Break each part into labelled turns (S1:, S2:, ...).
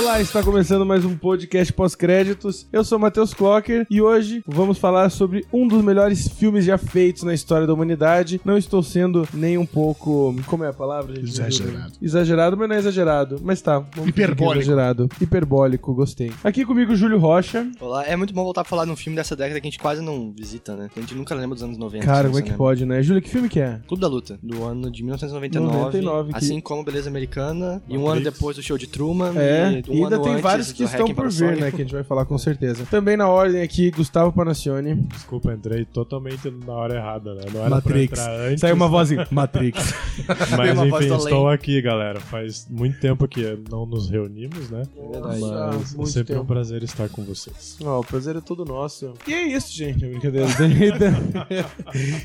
S1: Olá, está começando mais um podcast pós-créditos. Eu sou Matheus Clocker e hoje vamos falar sobre um dos melhores filmes já feitos na história da humanidade. Não estou sendo nem um pouco. Como é a palavra? gente?
S2: Exagerado.
S1: Exagerado, mas não é exagerado. Mas tá. vamos dizer que é
S2: Hiperbólico.
S1: Exagerado. Hiperbólico, gostei. Aqui comigo, Júlio Rocha.
S3: Olá, é muito bom voltar a falar de um filme dessa década que a gente quase não visita, né? A gente nunca lembra dos anos 90.
S1: Cara,
S3: no
S1: como é que
S3: cinema.
S1: pode, né? Júlio, que filme que é?
S3: Clube da Luta, do ano de 1999.
S1: 99, que-
S3: Assim como Beleza Americana. E um
S2: Matrix.
S3: ano depois do show de Truman.
S1: É,
S3: e um
S1: e ainda
S3: ano
S1: tem
S3: antes
S1: vários
S3: do
S1: que
S3: Hacking
S1: estão por
S3: para o
S1: vir,
S3: Sonic.
S1: né? Que a gente vai falar com certeza. Também na ordem aqui, Gustavo Panassione.
S4: Desculpa, entrei totalmente na hora errada, né? Não era
S2: Matrix.
S4: pra entrar antes.
S1: Saiu uma voz em
S2: assim,
S1: Matrix.
S4: Mas
S3: Uma voz
S4: enfim,
S3: do
S4: estou aqui, galera. Faz muito tempo que não nos reunimos, né?
S3: Verdade.
S4: Mas é sempre um prazer estar com vocês.
S1: Ó, o prazer é todo nosso. E é isso, gente. É brincadeira. E Dan-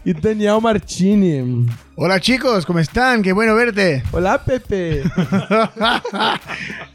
S1: e Daniel Martini.
S2: Olá, chicos, como estão? Que bueno verte.
S1: Olá, Pepe.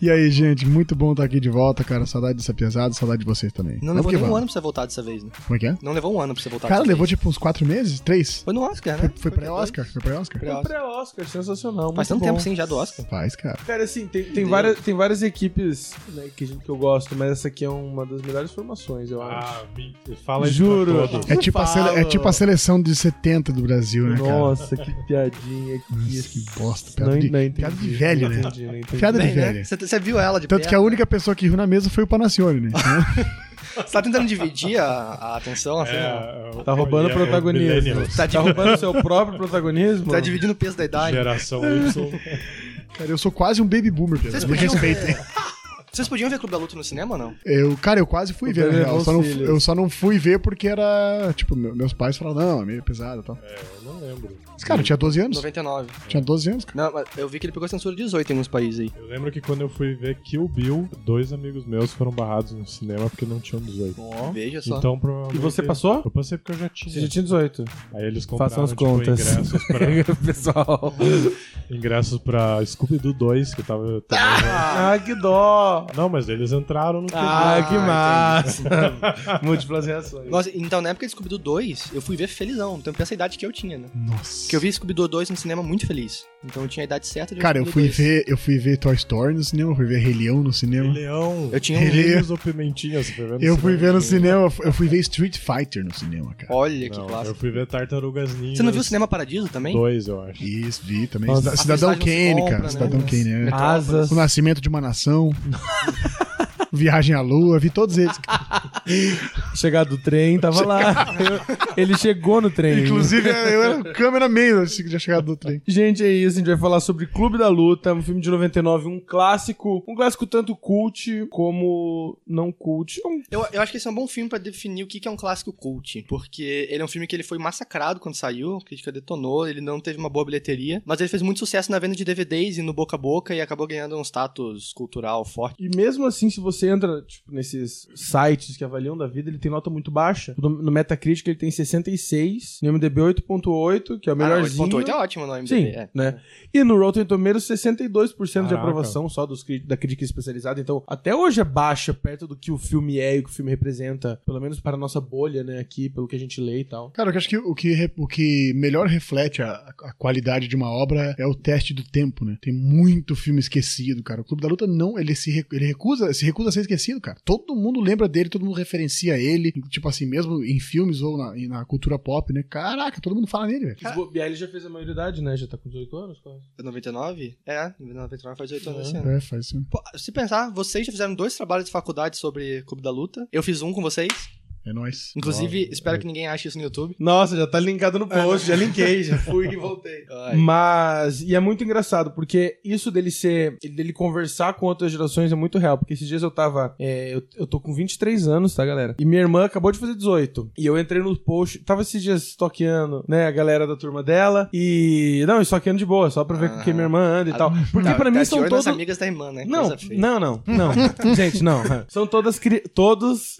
S2: e aí, gente, muito bom estar aqui de volta, cara. Saudade dessa pesada, saudade de vocês também.
S3: Não
S2: Vamos
S3: levou
S2: que
S3: nem um
S2: vamos.
S3: ano pra você voltar dessa vez, né?
S2: Como é que é?
S3: Não levou um ano pra você voltar
S2: Cara,
S3: dessa
S2: levou
S3: vez.
S2: tipo uns quatro meses? Três?
S3: Foi no Oscar, né?
S2: Foi pré-Oscar? Foi pré-Oscar?
S3: Pré-Oscar.
S1: Pré-Oscar, sensacional. muito
S3: Faz tanto tempo
S1: bom.
S3: sem já do Oscar.
S2: Faz, cara.
S1: Cara, assim, tem, tem,
S3: Deus.
S1: várias, tem várias equipes né, que, gente- que eu gosto, mas essa aqui é uma das melhores formações, eu acho.
S4: Ah, me- fala isso
S1: Juro.
S4: pra todo.
S2: É tipo, a sele-
S1: falo.
S2: é tipo a seleção de 70 do Brasil, né, cara?
S1: Nossa, que piadinha. Que,
S2: Nossa, que bosta. Piada, de,
S1: entendi.
S2: piada de velho,
S1: Não
S2: né?
S1: entendi, não entendi.
S2: Piada de
S3: Bem, né?
S2: velho.
S3: Você você viu ela de
S2: Tanto que a
S3: perto.
S2: única pessoa que riu na mesa foi o Panacione, né?
S3: Você tá tentando dividir a, a atenção, assim, né?
S4: É,
S1: Tá roubando
S4: é
S1: o protagonismo.
S4: millennials.
S1: Tá roubando o seu próprio protagonismo?
S3: Tá dividindo o peso da idade.
S4: Geração Y.
S2: cara, eu sou quase um baby boomer,
S3: Vocês
S2: Pedro. Me
S3: podiam ver-
S2: respeitem.
S3: Vocês podiam ver Clube da Luta no cinema ou não?
S2: Eu, cara, eu quase fui
S1: O
S2: ver, na
S1: Pedro
S2: real. Eu só,
S1: levou
S2: não,
S1: os filhos.
S2: eu só não fui ver porque era. Tipo, meu- meus pais falaram, não, é meio pesado e tal.
S4: É, eu não lembro.
S2: Mas, cara, eu tinha 12 anos.
S3: 99.
S2: Tinha 12 anos, cara.
S3: Não, mas eu vi que ele pegou censura 18 em alguns países aí.
S4: Eu lembro que quando eu fui ver Kill Bill, dois amigos meus foram barrados no cinema porque não tinham 18.
S1: Ó.
S3: Veja só.
S4: Então, provavelmente...
S1: E você passou?
S4: Eu passei porque eu já tinha.
S1: Você já tinha 18.
S4: Aí eles
S1: Façam
S4: compraram,
S1: as
S4: tipo,
S1: contas.
S4: ingressos pra...
S1: Pessoal.
S4: ingressos pra Scooby-Doo 2, que tava... tava-
S1: Ah, que dó.
S4: Não, mas eles entraram no
S1: Ah,
S3: Ah,
S1: que massa. Múltiplas reações.
S3: Nossa, então na época de Scooby-Doo 2, eu fui ver felizão. Então pensa a idade que eu tinha, né?
S2: Nossa.
S3: Porque eu vi Scooby-Doo 2 no cinema muito feliz. Então eu tinha a idade certa de ver
S2: Cara, eu fui
S3: Scooby-Doo 2.
S2: ver, eu fui ver Toy Story no cinema, eu fui ver Rei Leão no
S4: Rei
S2: cinema.
S4: Leão.
S3: Eu tinha um
S2: Ele-
S4: Rios ou Pimentinha, você foi vendo?
S2: Eu fui ver no cinema, eu fu- eu fui ver Street Fighter no cinema, cara.
S3: Olha que
S4: Não, eu
S3: clássico.
S4: fui ver Tartarugas Ninja.
S3: Você não viu o Cinema Paradiso também?
S4: Dois, eu acho.
S2: Isso, vi também.
S1: Nossa,
S2: Cida-
S1: a
S2: Cidadão
S3: amizade não se
S2: Kane,
S3: compra,
S2: cara.
S3: né?
S2: Cidadão Kane, é.
S1: Asas.
S2: O Nascimento de uma Nação. Viagem à Lua, vi todos eles.
S1: Chegar do trem, tava lá. Ele chegou no trem.
S2: Inclusive, eu era o cameraman antes de chegar do trem.
S1: Gente, é isso. A gente vai falar sobre Clube da Luta, um filme de 99, um clássico. Um clássico tanto cult como não cult. Um-
S3: Eu, eu acho que esse é um bom filme pra definir o que que é um clássico cult. Porque ele é um filme que ele foi massacrado quando saiu, a crítica detonou, ele não teve uma boa bilheteria. Mas ele fez muito sucesso na venda de DVDs e no boca a boca e acabou ganhando um status cultural forte.
S1: E mesmo assim, se você entra tipo, nesses sites que avaliam da vida, ele tem nota muito baixa. No, no Metacritic ele tem 66, no MDB 8.8, que é o melhorzinho.
S3: Ah, não, 8.8 é ótimo no
S1: Sim,
S3: MDB. é.
S1: né? E no Rotten Tomatoes, 62% de
S4: Caraca.
S1: aprovação só dos, cri- da crítica especializada. Então, até hoje é baixa perto do que o filme é e o que o filme representa. Pelo menos para a nossa bolha, né? Aqui, pelo que a gente lê e tal.
S2: Cara, eu acho que o que, re- o que melhor reflete a, a qualidade de uma obra é o teste do tempo, né? Tem muito filme esquecido, cara. O Clube da Luta não, ele se re- ele recusa, se recusa a ser esquecido, cara. Todo mundo lembra dele, todo mundo referencia ele, tipo assim, mesmo em filmes ou na, em- na cultura pop, né? Caraca, todo mundo fala nele, velho.
S1: E se bobear, ele já fez a maioridade, né? Já tá com 18 anos, quase.
S3: 99? É, 99 faz 8 anos esse
S1: Uhum.
S3: ano.
S2: É, faz isso.
S3: Pô, se pensar, vocês já fizeram dois trabalhos de faculdade sobre Clube da Luta. Eu fiz um com vocês.
S2: É nóis.
S3: Inclusive, espero que ninguém ache isso no YouTube.
S1: Nossa, já tá linkado no post, já linkei, já fui e voltei.
S3: Ai,
S1: Mas, e é muito engraçado, porque isso dele ser, dele conversar com outras gerações é muito real. Porque esses dias eu tava, é, eu, eu tô com 23 anos, tá, galera? E minha irmã acabou de fazer 18. E eu entrei no post, tava esses dias stalkeando, né, a galera da turma dela. E, não, stalkeando de boa, só pra ver com quem minha irmã anda e
S3: Ah.
S1: tal. Porque
S3: tá-
S1: pra
S3: tá
S1: mim
S3: de
S1: são
S3: olho nas
S1: todos...
S3: amigas da irmã, né?
S1: Não,
S3: Coisa feia.
S1: não, não, não. Gente, não. São todas... Cri... Todos...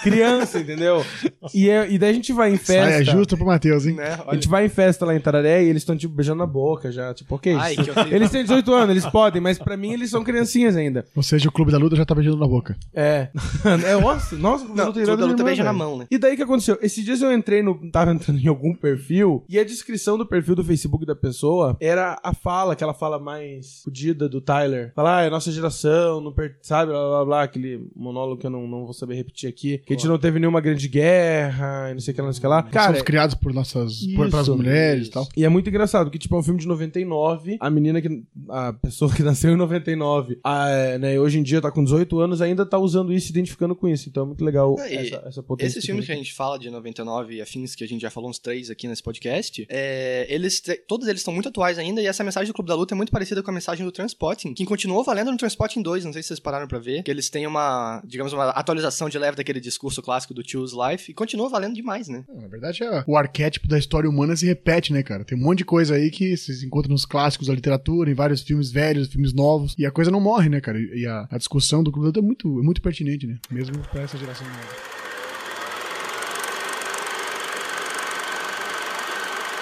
S1: Criança, entendeu? E, é- e daí a gente vai em festa.
S2: Saia justa pro Matheus, hein?
S3: Né?
S1: A
S3: Olha.
S1: gente vai em festa lá em Tararé e eles estão, tipo, beijando na boca já. Tipo, ok.
S3: Ai, que horrível.
S1: Eles têm 18 anos, eles podem, mas pra mim eles são criancinhas ainda.
S2: Ou seja, o Clube da Luta já tá beijando na boca.
S1: É. É, nossa, nossa, como
S3: Não,
S1: eu tô
S3: tudo
S1: irado
S3: ela
S1: da minha
S3: também já na
S1: velho.
S3: mão, né?
S1: E daí o que aconteceu? Esses dias eu entrei no. Tava entrando em algum perfil e a descrição do perfil do Facebook da pessoa era a fala, aquela fala mais fodida do Tyler. Falar, ah, é nossa geração, não per... sabe, blá blá blá, aquele monólogo que eu não, não vou saber repetir aqui. Que a gente não teve nenhuma grande guerra e não sei o que lá, não sei o que lá. Cara,
S2: Somos criados por nossas. Por,
S1: isso.
S2: pelas mulheres e tal.
S1: e é muito engraçado, que tipo, é um filme de 99, a menina que. A pessoa que nasceu em 99, a, né, hoje em dia tá com 18 anos, ainda tá usando isso, se identificando com isso. Então é muito legal
S3: É, e
S1: essa, essa potência.
S3: Esses filmes que a gente fala de 99 e afins, que a gente já falou uns três aqui nesse podcast, é, eles te- todos eles estão muito atuais ainda e essa mensagem do Clube da Luta é muito parecida com a mensagem do Transpotting, que continuou valendo no Transpotting 2, não sei se vocês pararam pra ver, que eles têm uma, digamos, uma atualização de leve daquele discurso clássico do Choose Life e continua valendo demais, né?
S2: Na verdade, é- o arquétipo da história humana se repete, né, cara? Tem um monte de coisa aí que vocês encontram nos clássicos da literatura, em vários filmes velhos, filmes novos, e a coisa não morre, né, cara? E a, a discussão do Clube da Luta é muito, é muito pertinente, né? Mesmo pra essa geração nova.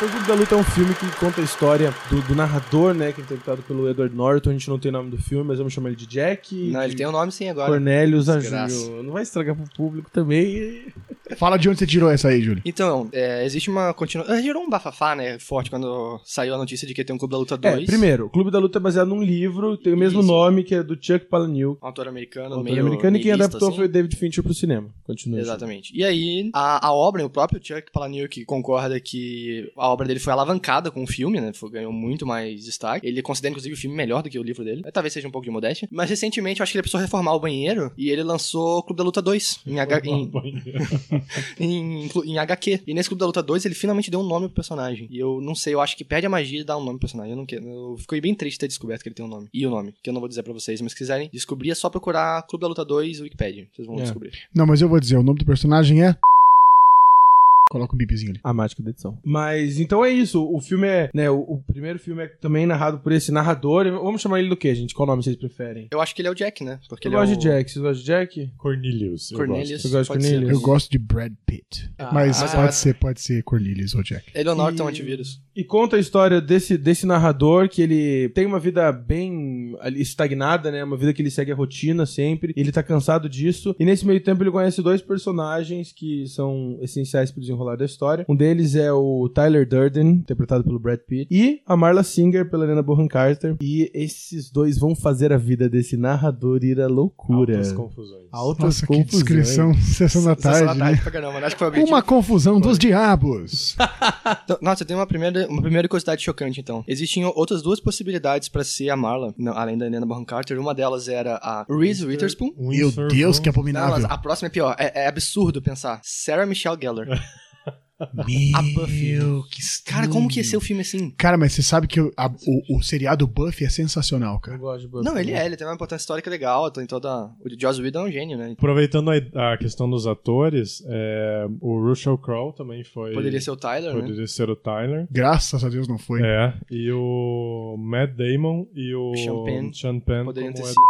S1: O Clube da Luta é um filme que conta a história do, do narrador, né? Que é interpretado pelo Edward Norton. A gente não tem o nome do filme, mas vamos chamar ele de Jack.
S3: Não,
S1: de
S3: ele tem o nome sim agora.
S1: Cornelius
S3: Desgraça.
S1: Anjunho. Não vai estragar pro público também.
S2: Fala de onde você tirou essa aí, Júlio.
S3: Então, é, existe uma continuação. Gerou um bafafá, né? Forte quando saiu a notícia de que tem um Clube da Luta 2.
S1: É, primeiro, o Clube da Luta é baseado num livro, tem o mesmo
S3: Isso.
S1: nome, que é do Chuck Palahniuk,
S3: Um autor americano,
S1: autor
S3: meio.
S1: americano, e quem
S3: niilista,
S1: adaptou
S3: assim.
S1: foi o David Fincher pro cinema. Continua. Júlio.
S3: Exatamente. E aí, a, a obra, o próprio Chuck Palahniuk concorda que a obra dele foi alavancada com o filme, né? Foi, ganhou muito mais destaque. Ele considera, inclusive, o filme melhor do que o livro dele. Talvez seja um pouco de modéstia. Mas, recentemente, eu acho que ele precisou reformar o banheiro e ele lançou o Clube da Luta 2 em, H- em, em, em HQ. E nesse Clube da Luta 2, ele finalmente deu um nome pro personagem. E eu não sei, eu acho que perde a magia de dar um nome pro personagem. Eu não quero. Eu fiquei bem triste de ter descoberto que ele tem um nome. E o nome, que eu não vou dizer pra vocês, mas se quiserem descobrir, é só procurar Clube da Luta 2 Wikipedia. Vocês vão
S1: É.
S3: descobrir.
S2: Não, mas eu vou dizer, o nome do personagem é. Coloca o bipzinho ali.
S1: A mágica da edição. Mas então é isso. O filme é. Né, o, o primeiro filme é também narrado por esse narrador. Vamos chamar ele do quê, gente? Qual nome vocês preferem?
S3: Eu acho que ele é o Jack, né? Porque
S1: Eu
S3: ele é
S1: gosto
S3: o...
S1: de Jack. Vocês gostam de Jack?
S4: Cornelius. eu
S3: Cornelius.
S1: Eu gosto de
S3: Pode ser.
S1: Cornelius.
S2: Eu gosto de Brad Pitt.
S1: Ah,
S2: mas
S3: mas
S2: pode
S3: é-
S2: ser, pode ser Cornelius ou Jack.
S3: Ele é o Norton
S1: E-
S3: Antivírus.
S1: E conta a história desse, desse narrador que ele tem uma vida bem ali, estagnada, né? Uma vida que ele segue a rotina sempre. Ele tá cansado disso. E nesse meio tempo ele conhece dois personagens que são essenciais pro desenrolar da história. Um deles é o Tyler Durden, interpretado pelo Brad Pitt, e a Marla Singer pela Helena Bonham Carter. E esses dois vão fazer a vida desse narrador ir à loucura.
S4: Altas confusões.
S1: Altas
S2: Nossa, que descrição. Sessão
S3: Sessão
S2: da
S3: da
S2: tarde, né?
S3: tá pra caramba. Acho que foi o
S2: Uma confusão dos diabos.
S3: Então, Nossa, eu tenho uma primeira, uma primeira curiosidade chocante, então. Existiam outras duas possibilidades pra ser a Marla, não, além da Helena Bonham Carter. Uma delas era a Reese Witherspoon.
S2: Meu
S4: Um Windsor
S2: Deus, que
S4: Vaughn.
S3: Um Não, mas
S2: abominável.
S3: a próxima é pior. É, é absurdo pensar. Sarah Michelle Gellar.
S2: Meu,
S3: A Buffy. né?
S2: que
S3: Cara, como que ia ser o filme assim?
S2: Cara, mas você sabe que o, a- o- o seriado Buffy é sensacional,
S1: Eu
S2: cara.
S1: gosto de Buffy.
S3: Não, ele é. Ele tem uma importância histórica legal. Tem toda... O Joss Whedon é um gênio, né?
S4: Aproveitando a, a questão dos atores, é, o Russell Crowe também foi.
S3: Poderia ser o Tyler, né?
S4: Poderia ser o Tyler.
S2: Graças a Deus não foi.
S4: É, e o Matt Damon e o
S3: Sean Penn.
S4: Sean Penn
S3: Poderiam ter
S4: como é
S3: sido.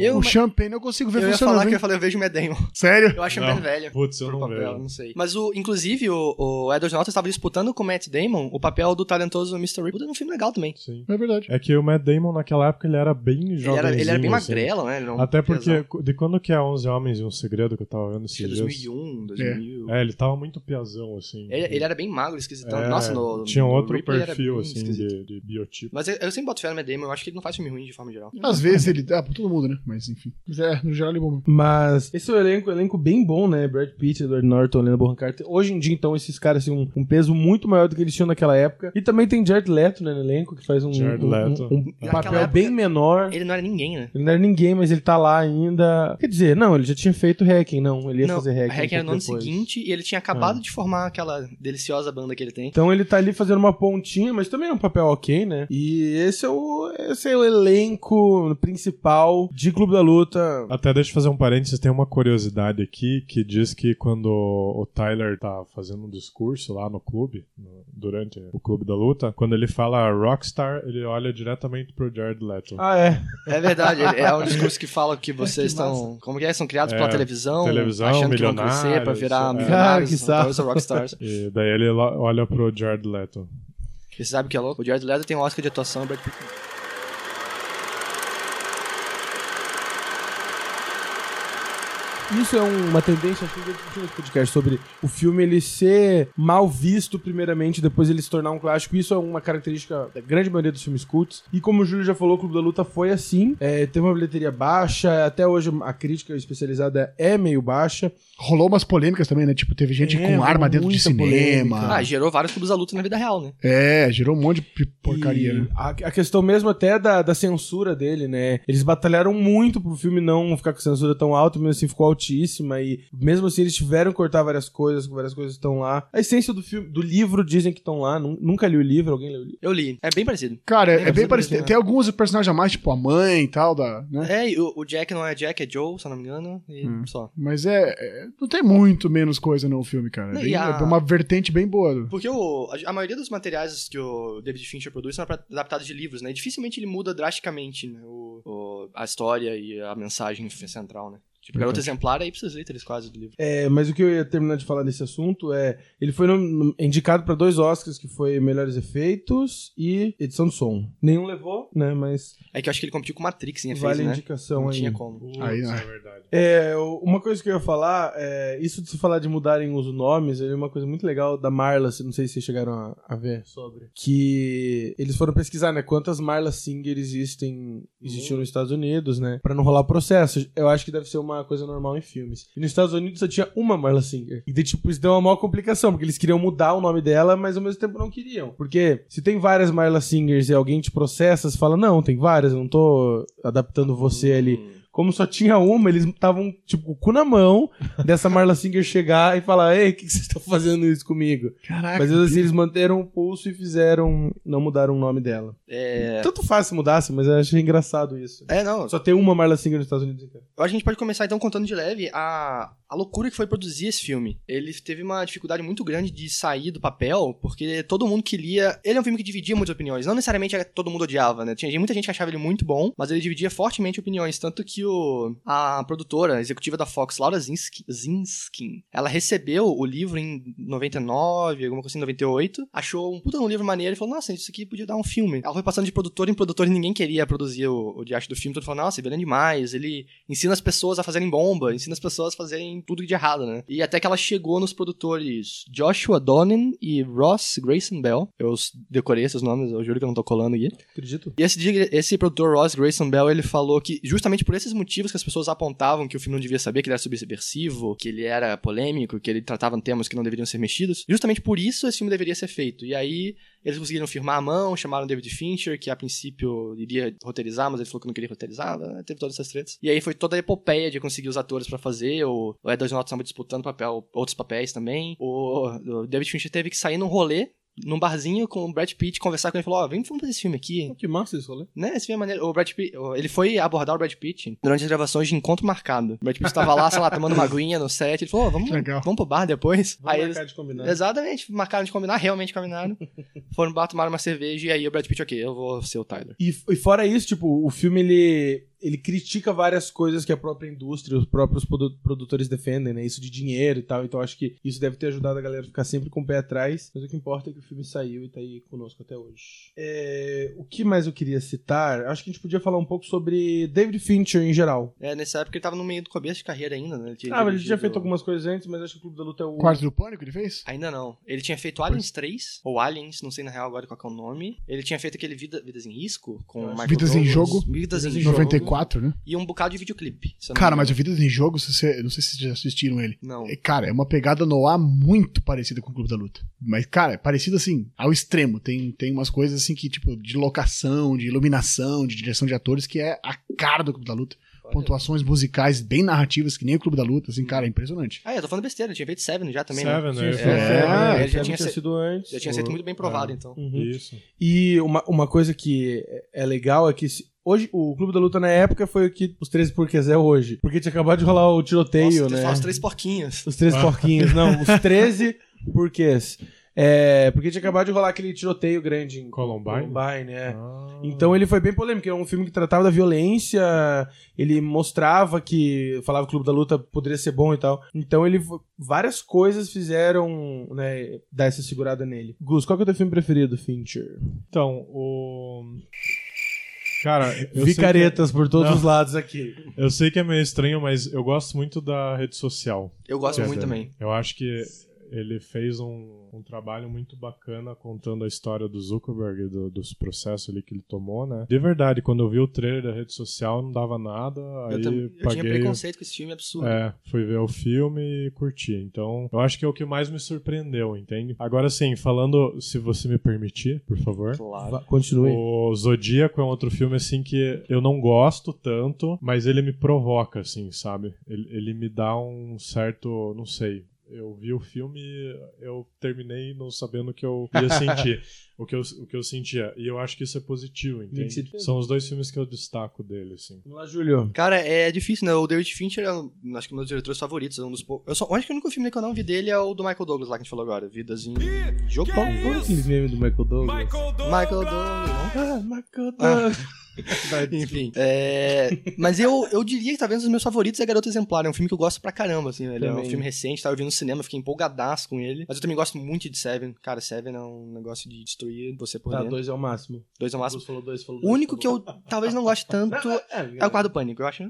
S3: Eu,
S2: é. O
S3: mas-
S2: Champagne eu consigo ver
S3: eu ia
S2: funcionando.
S3: falar que
S2: hein?
S3: eu falei, eu vejo o Matt Damon.
S2: Sério?
S3: Eu acho
S4: Não.
S3: o Matt velho.
S4: Putz, eu
S3: pro
S4: não
S3: papel,
S4: vejo.
S3: não sei. Mas o, inclusive, o, o Edward Norton estava disputando com o Matt Damon o papel do talentoso Mr. Ripley num filme legal também.
S4: Sim.
S2: É verdade.
S4: É que o Matt Damon naquela época ele era bem
S3: Ele
S4: jovem.
S3: era, ele era bem magrelo, né? Ele era um
S4: assim. Até porque,
S3: pesado.
S4: de quando que é 11 Homens e um Segredo que eu tava vendo esses
S3: Acho que é
S4: dias?
S3: 2001, 2000.
S4: É, ele tava muito piazão, assim.
S3: um. Ele, ele era bem magro, esquisitão.
S4: É,
S3: Nossa, no.
S4: Tinha
S3: no
S4: outro
S3: Ripley era
S4: perfil,
S3: bem
S4: assim,
S3: esquisito.
S4: de, de biotipo.
S3: Mas eu, eu sempre boto fé no Matt Damon, eu acho que ele não faz filme ruim de forma geral.
S2: Às vezes ele dá pra todo mundo, né? Mas enfim. Mas é, no geral ele é bom.
S1: Mas esse é um elenco, elenco bem bom, né? Brad Pitt, Edward Norton, Helena Bonham Carter. Hoje em dia, então, esses caras têm um, um peso muito maior do que eles tinham naquela época. E também tem Jared Leto, né, no elenco, que faz um,
S4: Jared
S1: um- um-
S4: Leto.
S1: um
S3: Naquela
S1: papel
S3: época-
S1: bem
S4: É.
S1: menor.
S3: Ele não era ninguém, né?
S1: Ele não era ninguém, mas ele tá lá ainda. Quer dizer, não, ele já tinha feito Hacking, não. Ele ia
S3: não,
S1: fazer Hacking.
S4: É,
S3: a Hack era
S1: um pouco
S3: no ano
S1: depois.
S3: seguinte 20 e ele tinha acabado de formar aquela deliciosa banda que ele tem.
S1: Então ele tá ali fazendo uma pontinha, mas também é um papel ok, né? E esse é o, esse é o elenco principal de Clube da Luta.
S4: Até deixa eu fazer um parênteses, tem uma curiosidade aqui que diz que quando o Tyler tá fazendo um discurso lá no clube, no- durante o clube da luta, quando ele fala Rockstar, ele olha diretamente pro Jared Leto.
S1: Ah, é.
S3: É verdade, ele- é um discurso que fala que vocês estão. Como que é? São criados
S4: É,
S3: pela televisão,
S4: televisão,
S3: achando que vão crescer
S4: milionários,
S3: pra virar
S4: é.
S3: milionários.
S1: Ah, que saco.
S3: então, são rockstars.
S4: E daí ele lo- olha pro Jared Leto.
S3: E você sabe o que é louco? O Jared Leto tem um Oscar de atuação, o Brad Pitt não.
S1: Isso é um- uma tendência, acho que eu já discuti nesse podcast, sobre o filme ele ser mal visto primeiramente, depois ele se tornar um clássico. Isso é uma característica da grande maioria dos filmes cults. E como o Júlio já falou, o Clube da Luta foi assim. É, teve uma bilheteria baixa, até hoje a crítica especializada é meio baixa.
S2: Rolou umas polêmicas também, né? Tipo, teve gente
S1: É,
S2: com arma dentro de
S1: muita
S2: cinema.
S1: polêmica.
S3: Ah, gerou vários clubes da luta na vida real, né?
S2: É, gerou um monte de pi- porcaria,
S1: E
S2: né?
S1: a, a questão mesmo até da, da censura dele, né? Eles batalharam muito pro filme não ficar com censura tão alta, mesmo assim ficou altíssima. E mesmo assim eles tiveram que cortar várias coisas, várias coisas estão lá. A essência do filme, do livro dizem que estão lá. Nun- Nunca li o livro, alguém leu o livro?
S3: Eu li. É bem parecido.
S2: Cara,
S3: Nem
S2: é, é bem
S3: consigo
S2: parecido.
S3: imaginar.
S2: Tem alguns personagens a mais, tipo a mãe e tal, da, né?
S3: É, e o, o Jack não é Jack, é Joe, se eu não me engano, e só.
S2: Mas é, é- Não tem muito menos coisa não o filme, cara. É,
S3: Não,
S2: bem-
S3: e a-
S2: é uma vertente bem boa.
S3: Porque o, a, a maioria dos materiais que o David Fincher produz são apra- adaptados de livros, né? E dificilmente ele muda drasticamente né? o, o- a história e a mensagem f- central, né? Tipo, Garota Exemplar, aí precisa ler três quase do livro.
S1: É, mas o que eu ia terminar de falar desse assunto é. Ele foi nom- nom- indicado pra dois Oscars, que foi Melhores Efeitos e Edição de Som. Nenhum levou, né? Mas
S3: É que eu acho que ele competiu com Matrix em efeito,
S1: vale a
S3: né?
S1: indicação
S3: Não
S1: Então, aí.
S3: tinha como.
S2: Aí, né?
S4: é verdade.
S1: É, o- uma coisa que eu ia falar, é, isso de se falar de mudarem os nomes, é uma coisa muito legal da Marla, se- não sei se vocês chegaram a, a ver sobre. Que eles foram pesquisar, né? Quantas Marla Singer existem, existiam nos Estados Unidos, né? Pra não rolar processo. Eu acho que deve ser uma coisa normal em filmes. E nos Estados Unidos só tinha uma Marla Singer. E daí, tipo, isso deu uma maior complicação, porque eles queriam mudar o nome dela, mas ao mesmo tempo não queriam. Porque se tem várias Marla Singers e alguém te processa, você fala, não, tem várias, eu não tô adaptando você ali.
S3: Hum.
S1: Como só tinha uma, eles estavam, tipo, com o cu na mão dessa Marla Singer chegar e falar: Ei, o que que vocês estão fazendo isso comigo?
S2: Caraca.
S3: Ah,
S1: Mas às vezes assim, eles manteram o pulso e fizeram. Não mudaram o nome dela.
S3: É...
S1: Tanto faz se mudasse, mas eu achei engraçado isso.
S3: É, não.
S1: Só tem uma Marla Singer nos Estados Unidos inteiro.
S3: Eu acho que a gente pode começar então contando de leve a, a loucura que foi produzir esse filme. Ele teve uma dificuldade muito grande de sair do papel, porque todo mundo que lia. Ele é um filme que dividia muitas opiniões. Não necessariamente era- todo mundo odiava, né? Tinha muita gente que achava ele muito bom, mas ele dividia fortemente opiniões. Tanto que o, a produtora a executiva da Fox, Laura Zinskin, Zinskin, ela recebeu o livro em 99, alguma coisa assim, 98, achou um puta de um livro maneiro e falou: Nossa, isso aqui podia dar um filme. Ela foi passando de produtor em produtor e ninguém queria produzir o, o diacho do filme. Todo mundo falou: Nossa, ele é demais, ele ensina as pessoas a fazerem bomba, ensina as pessoas a fazerem tudo de errado, né? E até que ela chegou nos produtores Joshua Donen e Ross Grayson Bell. Eu s- decorei esses nomes, eu juro que eu não tô colando aqui.
S1: Acredito.
S3: E esse, dig- esse produtor Ross Grayson Bell, ele falou que justamente por esses motivos que as pessoas apontavam que o filme não devia saber, que ele era subversivo, que ele era polêmico, que ele tratava temas que não deveriam ser mexidos, justamente por isso esse filme deveria ser feito. E aí eles conseguiram firmar a mão, chamaram o David Fincher, que a princípio iria roteirizar, mas ele falou que não queria roteirizar, né? teve todas essas tretas. E aí foi toda a epopeia de conseguir os atores pra fazer, o, o Edward Norton estava disputando papel, outros papéis também. O, o David Fincher teve que sair num rolê, num barzinho com o Brad Pitt, conversar com ele e falou, ó, vem fazer esse filme aqui,
S1: Que massa isso, rolê.
S3: né, esse filme é maneiro. O Brad Pitt, o- ele foi abordar o Brad Pitt durante as gravações de Encontro Marcado. O Brad Pitt tava lá, sei lá, tomando uma aguinha no set. Ele falou, "Ô, vamos,
S2: Legal.
S3: vamos pro bar depois.
S1: Vamos né?
S3: aí eles...
S1: marcar de combinar.
S3: Exatamente, marcaram de combinar, realmente combinaram. Foram no bar, tomaram uma cerveja e aí o Brad Pitt, ok, eu vou ser o Tyler.
S1: E, e fora isso, tipo, o filme ele, ele critica várias coisas que a própria indústria, os próprios produ- produtores defendem, né? Isso de dinheiro e tal. Então acho que isso deve ter ajudado a galera a ficar sempre com o pé atrás. Mas o que importa é que o filme saiu e tá aí conosco até hoje. É, o que mais eu queria citar? Acho que a gente podia falar um pouco sobre David Fincher em geral.
S3: É, nessa época ele tava no meio do começo de carreira ainda, né? Ele tinha
S1: Ah, mas ele
S3: dirigido-
S1: tinha feito algumas coisas antes, mas acho que o Clube da Luta é o.
S2: Quarto do Pânico ele fez?
S3: Ainda não. Ele tinha feito Aliens 3, ou Aliens, não sei na real agora qual que é o nome. Ele tinha feito aquele Vida- Vidas em Risco, com
S1: Eu
S3: o
S1: acho
S3: Michael
S2: que Vidas em
S3: Douglas.
S2: Jogo,
S3: Vidas em
S1: Vidas em
S3: Jogo.
S2: 94, né?
S3: E um bocado de videoclipe. se eu não
S2: Cara,
S3: me
S2: mas o
S3: engano.
S2: Vidas em Jogo, se você, não sei se vocês já assistiram ele.
S3: Não.
S2: É, cara, é uma pegada no ar muito parecida com o Clube da Luta. Mas, cara, é parecido assim, ao extremo. Tem, tem umas coisas assim que, tipo, de locação, de iluminação, de direção de atores, que é a cara do Clube da Luta. pontuações musicais bem narrativas, que nem o Clube da Luta, assim, cara, é impressionante.
S3: Ah, eu tô falando besteira, eu tinha feito Seven já também, né?
S4: Seven, né?
S1: Tinha
S4: Eu
S1: sido
S4: falei,
S2: É,
S1: Seven,
S3: ele já
S1: Seven
S3: tinha se-
S1: sido antes.
S3: Já tinha sido muito bem provado, então.
S1: Uhum.
S4: Isso.
S1: E uma, uma coisa que é é legal é que se- hoje o Clube da Luta na época foi o que os 13 porquês é hoje. Porque tinha acabado de rolar o tiroteio,
S3: Nossa,
S1: né?
S3: Os três porquinhos.
S1: Os 13
S4: Ah.
S1: porquinhos, não, os 13 porquês. É, porque tinha acabado de rolar aquele tiroteio grande em
S4: Columbine?
S1: Columbine é.
S4: Ah.
S1: Então ele foi bem polêmico, é um filme que tratava da violência, ele mostrava que falava que o Clube da Luta poderia ser bom e tal. Então ele várias coisas fizeram, né, dar essa segurada nele. Gus, qual que é o teu filme preferido, Fincher?
S4: Então, o. Cara, eu
S1: Vi
S4: sei que-
S1: caretas por todos
S4: Não.
S1: os lados aqui.
S4: eu sei que é meio estranho, mas eu gosto muito da rede social.
S3: Eu gosto
S4: Quer
S3: muito
S4: dizer,
S3: também.
S4: Eu acho que ele fez um, um trabalho muito bacana contando a história do Zuckerberg, e do, dos processos ali que ele tomou, né? De verdade, quando eu vi o trailer da rede social, não dava nada,
S3: eu,
S4: aí
S3: também- eu tinha
S4: paguei...
S3: preconceito com esse filme absurdo.
S4: É, fui ver o filme e curti. Então, eu acho que é o que mais me surpreendeu, entende? Agora sim, falando, se você me permitir, por
S1: É.
S4: favor.
S3: Claro.
S1: Va- Continue.
S4: O Zodíaco é um outro filme, assim, que eu não gosto tanto, mas ele me provoca, assim, sabe? Ele, ele me dá um certo. Não sei. Eu vi o filme, eu terminei não sabendo o que eu ia sentir. o, que eu, o que eu sentia. E eu acho que isso é positivo, entende?
S1: sentido.
S4: São os dois filmes que eu destaco dele, assim.
S1: Vamos lá, Júlio.
S3: Cara, é difícil, né? O David Fincher é, um- acho que um dos meus diretores favoritos, é um dos poucos. Eu só, eu acho que o único filme que eu não vi dele é o do Michael Douglas lá que a gente falou agora, Vidas em Jogo
S1: Qual qual é aquele meme do Michael Douglas?
S3: Michael Douglas.
S1: Ah, Michael Douglas. Tá,
S3: Enfim. É, mas eu, eu diria que talvez um dos meus favoritos é Garota Exemplar. É um filme que eu gosto pra caramba, assim. Ele é um
S1: Também.
S3: filme recente, tava vindo no cinema, fiquei empolgadaço com ele. Mas eu também gosto muito de Seven. Cara, Seven é um negócio de destruir você por
S1: Tá,
S3: dentro.
S1: dois é o máximo.
S3: Dois é o máximo.
S1: Gus falou dois, falou
S3: O único que eu talvez não goste tanto é o Quarto do Pânico. Eu acho.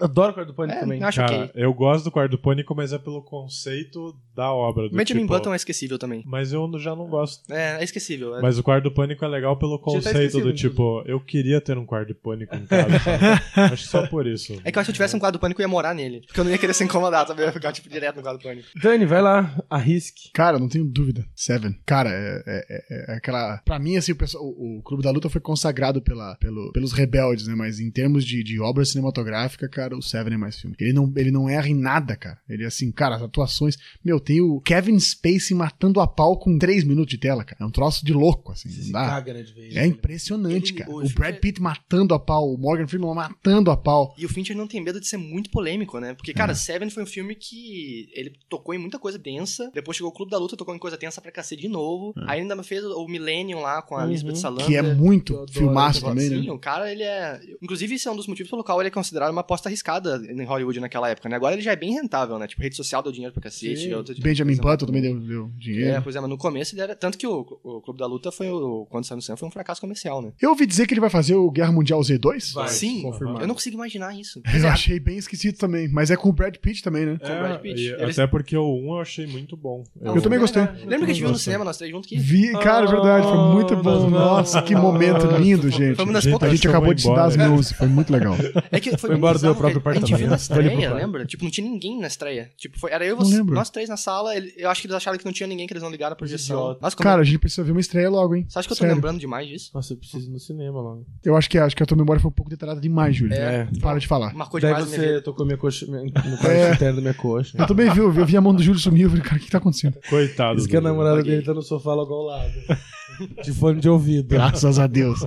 S1: Adoro o quarto do pânico
S3: É,
S1: também.
S3: eu acho
S4: Cara,
S3: ok.
S4: eu gosto do Quarto Pânico, mas é pelo conceito da obra. Do
S3: Benjamin
S4: tipo,
S3: Button é esquecível também.
S4: Mas eu já não gosto.
S3: É, é esquecível. É,
S4: Mas o Quarto Pânico é legal pelo
S1: Tinha até
S4: conceito
S1: esquecido,
S4: do tipo, eu queria ter um Quarto Pânico em casa. sabe? Acho que só por isso.
S3: é que eu acho que se eu tivesse um quadro do pânico, eu ia morar nele. Porque eu não ia querer se incomodar, sabe? Eu ia ficar, tipo, direto no quadro do pânico.
S1: Dani, vai lá, arrisque.
S2: Cara, não tenho dúvida. Seven. Cara, é, é- é- é aquela. Pra mim, assim, o, pessoal- o- o Clube da Luta foi consagrado pela, pelo- pelos rebeldes, né? Mas em termos de, de obra cinematográfica, cara, o Seven é mais filme. Ele não, ele não erra em nada, cara. Ele, assim, cara, as atuações. Meu, tem o Kevin Spacey matando a pau com 3 minutos de tela, cara. É um troço de louco, assim.
S1: Você
S2: Não
S1: se
S2: dá.
S1: caga, né, de vez.
S2: É impressionante,
S3: Ele-
S2: cara.
S3: o
S2: O
S3: filme
S2: Brad
S3: é-
S2: Pitt matando a pau, o Morgan Freeman matando a pau.
S3: E o Fincher não tem medo de ser muito polêmico, né? Porque,
S2: Uhum.
S3: cara, Seven foi um filme que ele tocou em muita coisa densa. Depois chegou o Clube da Luta, tocou em coisa tensa pra cacete de novo. Aí ainda fez o Millennium lá com a
S1: Uhum.
S3: Elizabeth Salander.
S2: É. Que é
S1: eu
S2: muito
S1: adoro
S2: filmaço
S1: esse
S2: também, né?
S3: Sim, o cara, ele é. Inclusive, esse é um dos motivos pelo qual ele é considerado uma aposta arriscada em Hollywood naquela época, né? Agora ele já é bem rentável, né? Tipo, rede social deu dinheiro pra cacete.
S1: Sim.
S3: outra-
S2: Benjamin
S3: coisa-
S2: Button também deu, deu dinheiro.
S3: É, pois é, mas no começo ele era. Tanto que o, o Clube da Luta foi. O, quando saiu no cinema, foi um fracasso comercial, né?
S2: Eu ouvi dizer que ele vai fazer o Guerra Mundial Z2?
S1: Vai,
S3: Sim,
S1: confirmado.
S3: eu não consigo imaginar isso.
S2: Ah. Eu achei bem esquisito também, mas é com o Brad Pitt também, né?
S3: o Brad Pitt.
S4: É, e
S3: Eles-
S4: Até porque o 1 eu achei muito bom.
S2: Eu também gostei.
S3: Lembra que a gente viu no
S4: Nossa.
S3: cinema nós três juntos que
S2: Vi, cara, é verdade, foi muito bom. Nossa, Ah, que momento lindo, gente.
S3: Foi uma das
S2: A
S3: poucas.
S2: gente
S4: eu
S2: acabou
S4: vou
S2: de se dar as
S4: embora.
S2: news, foi muito legal.
S3: É que foi,
S1: Foi embora do meu
S3: bizarro,
S1: próprio
S3: velho. A gente viu na
S1: apartamento. Olha
S3: estreia,
S1: pro
S3: lembra? Tipo, não tinha ninguém na estreia. Tipo, foi, era eu e
S2: Não
S3: você,
S2: lembro.
S3: nós três na sala. ele- eu acho que eles acharam que não tinha ninguém, que eles não ligaram a projeção.
S1: Idiota.
S3: Nossa, como
S2: Cara, a gente precisa ver uma estreia logo, hein?
S3: você acha que eu tô
S2: Sério.
S3: lembrando demais disso?
S1: Nossa, eu preciso ir no cinema lá.
S2: Eu acho que, acho que a tua memória foi um pouco detalhada demais, Júlio.
S1: É.
S2: Para de falar.
S3: Marcou
S1: Daí
S3: demais a minha vida.
S1: você tocou minha coxa, minha, no parte interna da minha coxa.
S2: Eu também vi, eu vi- eu vi a mão do Júlio sumir, eu falei, cara, o que que tá acontecendo?
S4: Coitado.
S1: Diz que a
S4: do-
S1: namorada
S3: Paguei.
S1: dele tá no sofá logo ao lado. De fone de ouvido.
S2: Graças a Deus.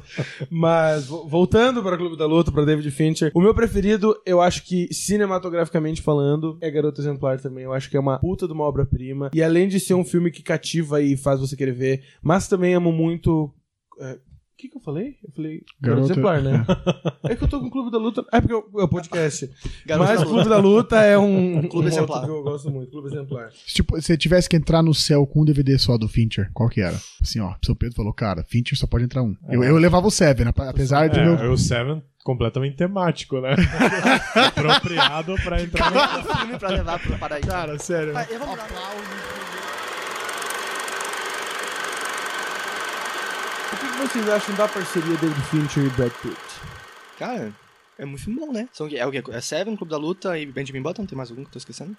S1: Mas, vo- voltando para o Clube da Luta, para David Fincher, o meu preferido, eu acho que, cinematograficamente falando, é Garoto Exemplar também. Eu acho que é uma puta de uma obra-prima. E além de ser um filme que cativa e faz você querer ver, mas também amo muito. é, O que, que eu falei? Eu falei Garoto,
S2: Garoto-
S1: Exemplar, né? é que eu tô com o Clube da Luta. É porque eu- é o podcast.
S3: Garoto
S1: mas
S3: da
S1: o Clube da Luta é um. um outro
S3: Exemplar.
S1: que eu gosto muito, Clube Exemplar.
S2: Se tipo, você tivesse que entrar no céu com um DVD só do Fincher, qual que era? Assim, ó, São Pedro falou, cara, Fincher só pode entrar um. Eu, eu levava o Seven, ap- apesar do meu...
S4: É, o Seven completamente temático, né? Apropriado pra entrar no
S3: Um filme pra levar pro paraíso.
S2: Cara, sério.
S3: Ah, eu vou mudar.
S1: O que que vocês acham da parceria David Fincher e Brad Pitt?
S3: Cara, É muito filme bom, né? São, é o quê? É Seven, Clube da Luta e Benjamin Button? Tem mais algum que eu tô esquecendo?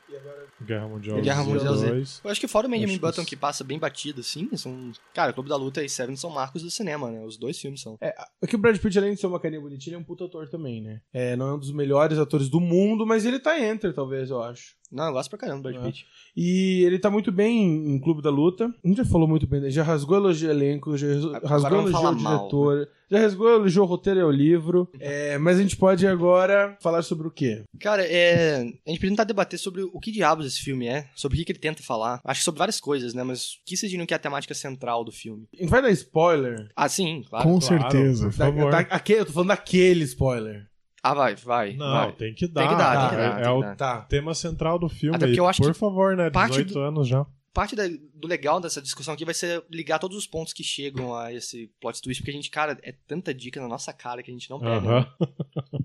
S4: Guerra Mundial
S3: Guerra Mundial Z.
S4: 2.
S3: Eu acho que fora o Benjamin
S4: Acho que
S3: Button
S4: isso.
S3: que passa bem batido, assim, são... Cara, Clube da Luta e Seven são marcos do cinema, né? Os dois filmes são.
S1: É que o Brad Pitt, além de ser uma carinha bonitinha, ele é um puta ator também, né? É, não é um dos melhores atores do mundo, mas ele tá entre, talvez, eu acho.
S3: Não, eu gosto pra caramba do Brad
S1: É.
S3: Pitt.
S1: E ele tá muito bem em Clube da Luta. A gente já falou muito bem dele. Já rasgou elogio ao elenco, já ras-
S3: Agora
S1: rasgou
S3: vamos
S1: elogio ao
S3: falar mal, né?
S1: diretor, já rasgou elogio ao roteiro e ao livro. É, mas a gente pode agora falar sobre o quê?
S3: Cara, é... a gente podia tentar debater sobre o que diabos esse filme é, sobre o que, que ele tenta falar. Acho que sobre várias coisas, né? Mas o que vocês diriam que é a temática central do filme?
S1: A gente vai dar spoiler?
S3: Ah, sim, claro.
S2: Com
S4: claro.
S2: certeza.
S4: Por favor.
S1: Da- da- aquele- eu tô falando daquele spoiler.
S3: Ah, vai, vai.
S4: Não,
S3: vai.
S4: tem que dar.
S3: Tem que dar,
S1: tem que
S4: cara.
S3: dar,
S4: É
S3: tem que
S4: o
S3: dar.
S1: Tá.
S4: tema central do filme.
S3: Até porque eu acho
S4: Por
S3: que
S4: favor, né?
S3: parte
S4: 18
S3: do-
S4: anos já.
S3: parte da- do legal dessa discussão aqui vai ser ligar todos os pontos que chegam a esse plot twist, porque a gente, cara, é tanta dica na nossa cara que a gente não pega.
S4: Aham.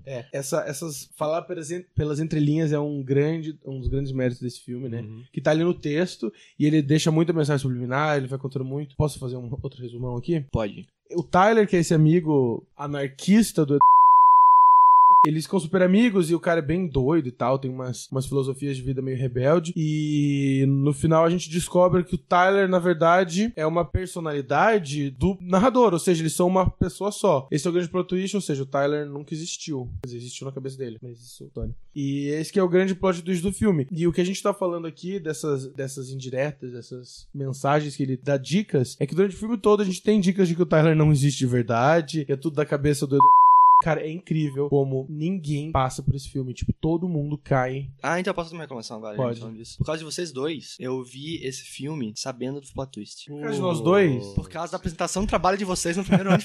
S1: É, essa, essas. Falar pelas, en- pelas entrelinhas é um, grande, um dos grandes méritos desse filme, né?
S4: Uhum.
S1: Que tá ali no texto e ele deixa muita mensagem subliminar, ele vai contando muito. Posso fazer um outro resumão aqui?
S3: Pode.
S1: O Tyler, que é esse amigo anarquista do. Eles ficam super amigos e o cara é bem doido e tal, tem umas, umas filosofias de vida meio rebelde. E no final a gente descobre que o Tyler, na verdade, é uma personalidade do narrador, ou seja, eles são uma pessoa só. Esse é o grande plot twist, ou seja, o Tyler nunca existiu. Quer dizer, existiu na cabeça dele, mas isso, Tony. E esse que é o grande plot twist do filme. E o que a gente tá falando aqui dessas, dessas indiretas, dessas mensagens que ele dá dicas, é que durante o filme todo a gente tem dicas de que o Tyler não existe de verdade, que é tudo da cabeça do Cara, é incrível como ninguém passa por esse filme. Tipo, todo mundo cai.
S3: Ah, então eu posso fazer uma reclamação agora,
S1: Pode.
S3: gente, falando disso. Por causa de vocês dois, eu vi esse filme sabendo do plot twist.
S1: causa de nós
S4: Uhum.
S1: dois?
S3: Por causa da apresentação do trabalho de vocês no primeiro ano de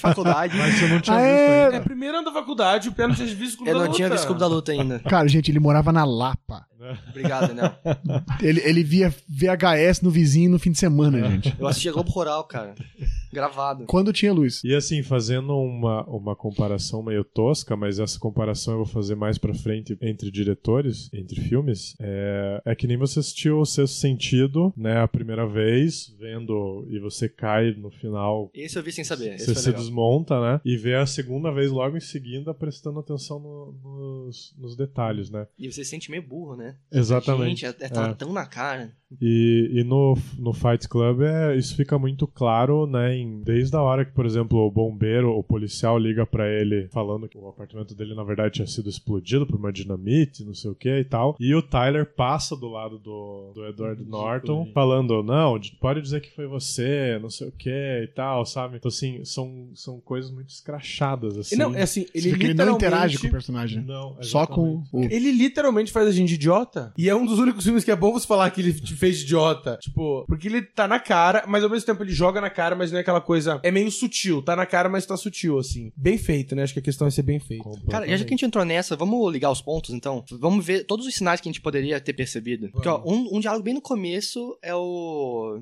S3: faculdade.
S4: Mas eu não tinha
S2: Ah, é?
S4: visto
S1: É, primeiro ano da faculdade, o Pé não tinha visto Clube
S3: Eu
S1: da
S3: É, não tinha
S1: Luta.
S3: visto Clube da Luta ainda.
S2: Cara, gente, ele morava na Lapa.
S3: Obrigado, Daniel.
S2: Ele, ele via VHS no vizinho no fim de semana, gente.
S3: Eu assistia Globo Rural, cara. Gravado.
S2: Quando tinha luz.
S4: E assim, fazendo uma, uma comparação meio tosca, mas essa comparação eu vou fazer mais pra frente entre diretores, entre filmes, é, é que nem você assistiu o Sexto Sentido, né, a primeira vez, vendo, e você cai no final,
S3: Esse eu vi sem saber. Esse
S4: você
S3: foi
S4: se
S3: legal.
S4: desmonta, né, e vê a segunda vez logo em seguida, prestando atenção no- nos, nos detalhes, né.
S3: E você se sente meio burro, né?
S4: Exatamente.
S3: Gente, é, é, tá
S4: É.
S3: tão na cara.
S4: E, e no, no Fight Club é, isso fica muito claro, né? em- desde a hora que, por exemplo, o bombeiro, o policial liga pra ele falando que o apartamento dele, na verdade, tinha sido explodido por uma dinamite, não sei o que e tal. E o Tyler passa do lado do, do Edward Norton, falando: Não, d- pode dizer que foi você, não sei o que e tal, sabe? Então, assim, são, são coisas muito escrachadas,
S1: E
S4: assim.
S1: Não, é assim, ele
S2: Ele, ele não
S1: literalmente...
S2: interage com o personagem.
S4: Não,
S2: Só com
S4: exatamente.
S2: o.
S1: Ele literalmente faz a gente idiota. E é um dos únicos filmes que é bom você falar que ele te fez idiota. Tipo, porque ele tá na cara, mas ao mesmo tempo ele joga na cara, mas não é aquela coisa. É meio sutil. Tá na cara, mas tá sutil, assim. Bem feito, né? Acho que a questão é ser bem feito.
S3: Cara, já que a gente entrou nessa, vamos ligar os pontos então? Vamos ver todos os sinais que a gente poderia ter percebido. Porque, ó, um, um diálogo bem no começo é o.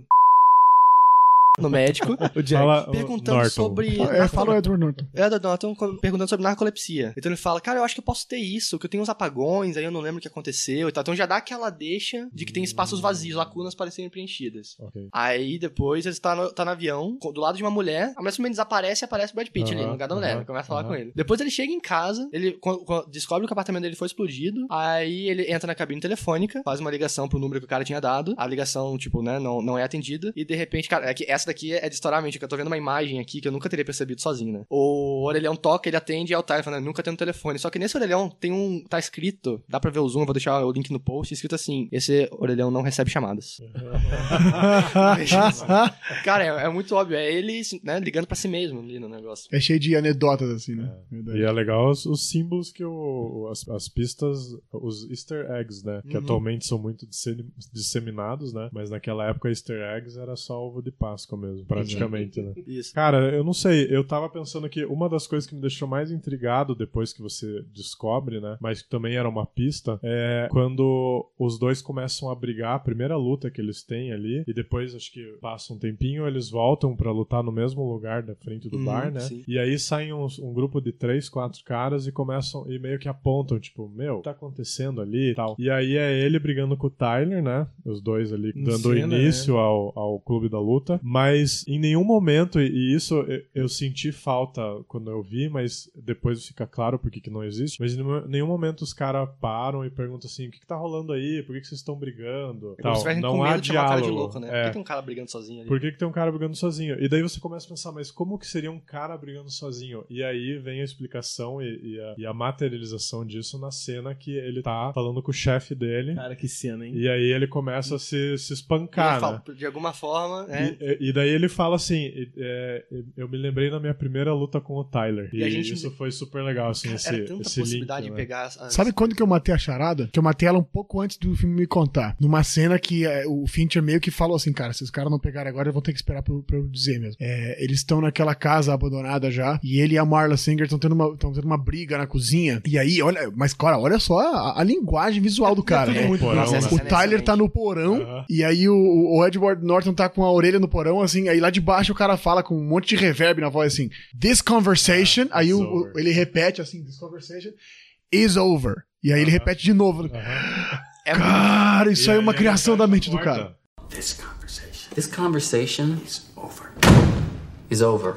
S3: No médico,
S1: O Jack.
S4: Fala,
S3: perguntando
S4: Norton.
S3: sobre.
S2: É, fala o Edward Norton.
S3: É, Dodô, estão perguntando sobre narcolepsia. Então ele fala, cara, eu acho que eu posso ter isso, que eu tenho uns apagões, aí eu não lembro o que aconteceu e tal. Então já dá aquela deixa de que tem espaços vazios, lacunas para serem preenchidas.
S4: Ok.
S3: Aí depois ele tá no, tá no avião, co- do lado de uma mulher, a mulher simplesmente desaparece e aparece o Brad Pitt ali,
S4: Aham,
S3: no lugar da
S4: aham,
S3: mulher, né? começa a falar
S4: aham.
S3: com ele. Depois ele chega em casa, ele co- co- descobre que o apartamento dele foi explodido, aí ele entra na cabine telefônica, faz uma ligação pro número que o cara tinha dado, a ligação, tipo, né, não, não é atendida, e de repente, cara, é que essa daqui é de estourar a mente, que eu tô vendo uma imagem aqui que eu nunca teria percebido sozinho, né? O orelhão toca, ele atende e é o Tyler falando, nunca tem no telefone. Só que nesse orelhão tem um, tá escrito, dá pra ver o zoom, eu vou deixar o link no post, escrito assim, esse orelhão não recebe chamadas. Cara, é, é muito óbvio. É ele né, ligando pra si mesmo ali no negócio.
S2: É cheio de anedotas, assim, né? Verdade.
S4: E é legal os, os símbolos que o, as, as pistas, os easter eggs, né? Que
S3: Uhum.
S4: atualmente são muito disse- disseminados, né? Mas naquela época easter eggs era só ovo de Páscoa mesmo, praticamente, né?
S3: Isso.
S4: Cara, eu não sei, eu tava pensando que uma das coisas que me deixou mais intrigado depois que você descobre, né? Mas que também era uma pista, é quando os dois começam a brigar, a primeira luta que eles têm ali, e depois acho que passa um tempinho, eles voltam pra lutar no mesmo lugar da frente do
S3: Uhum,
S4: bar, né?
S3: sim.
S4: E aí saem uns- um grupo de três, quatro caras e começam e meio que apontam, tipo, meu, o que tá acontecendo ali e tal. E aí é ele brigando com o Tyler, né? Os dois ali
S1: Em
S4: dando
S1: cena,
S4: início ao, ao clube da luta. Mas Mas em nenhum momento, e- e isso eu, eu senti falta quando eu vi, mas depois fica claro por que que não existe. Mas em nenhum- nenhum momento os caras param e perguntam assim: o que, que tá rolando aí? Por que, que vocês estão brigando?
S3: Como
S4: Tal.
S3: se tivessem com
S4: Então, Não há
S3: medo de chamar a cara de
S4: diálogo.
S3: louco, né? Por
S4: É.
S3: que tem um cara brigando sozinho ali?
S4: Por que, que tem um cara brigando sozinho? E daí você começa a pensar, mas como que seria um cara brigando sozinho? E aí vem a explicação e, e a, e a materialização disso na cena que ele tá falando com o chefe dele.
S1: Cara, que cena, hein?
S4: E aí ele começa a se, se
S3: É. E é ele
S4: espancar, né?
S3: fala, de alguma forma, é,
S4: E, e daí ele fala assim: e- é, eu me lembrei na minha primeira luta com o Tyler. E,
S3: E a gente-
S4: isso foi super legal, assim,
S3: Cara,
S4: esse,
S3: era tanta
S4: esse
S3: possibilidade
S4: link,
S3: de
S4: né?
S3: pegar as, as-
S2: Sabe quando que eu matei a charada? Que eu matei ela um pouco antes do filme me contar. Numa cena que eh, o Fincher meio que falou assim, cara, se os caras não pegarem agora, eu vou ter que esperar pra, eu- pra eu dizer mesmo. É, eles estão naquela casa abandonada já, e ele e a Marla Singer estão tendo, uma- tão tendo uma briga na cozinha. E aí, olha, mas cara, olha só a, a linguagem visual do cara.
S1: É, tudo
S2: né?
S1: muito
S4: Porão,
S1: massa.
S4: né?
S2: O
S3: Excelente.
S2: Tyler tá no porão
S4: Aham.
S2: e aí o, o Edward Norton tá com a orelha no porão, assim, aí lá de baixo o cara fala com um monte de reverb na voz assim, This conversation,
S4: Ah,
S2: aí o-
S4: it's over.
S2: o- ele repete assim, This conversation is over. E aí ele
S4: Aham.
S2: repete de novo. né?
S4: Aham.
S3: é muito-
S2: Cara, isso aí é
S4: E
S2: uma
S4: aí
S2: criação
S4: ele fecha
S2: da
S4: a
S2: mente do
S4: porta.
S2: cara.
S5: This conversation
S6: This conversation
S5: is over.
S6: is over.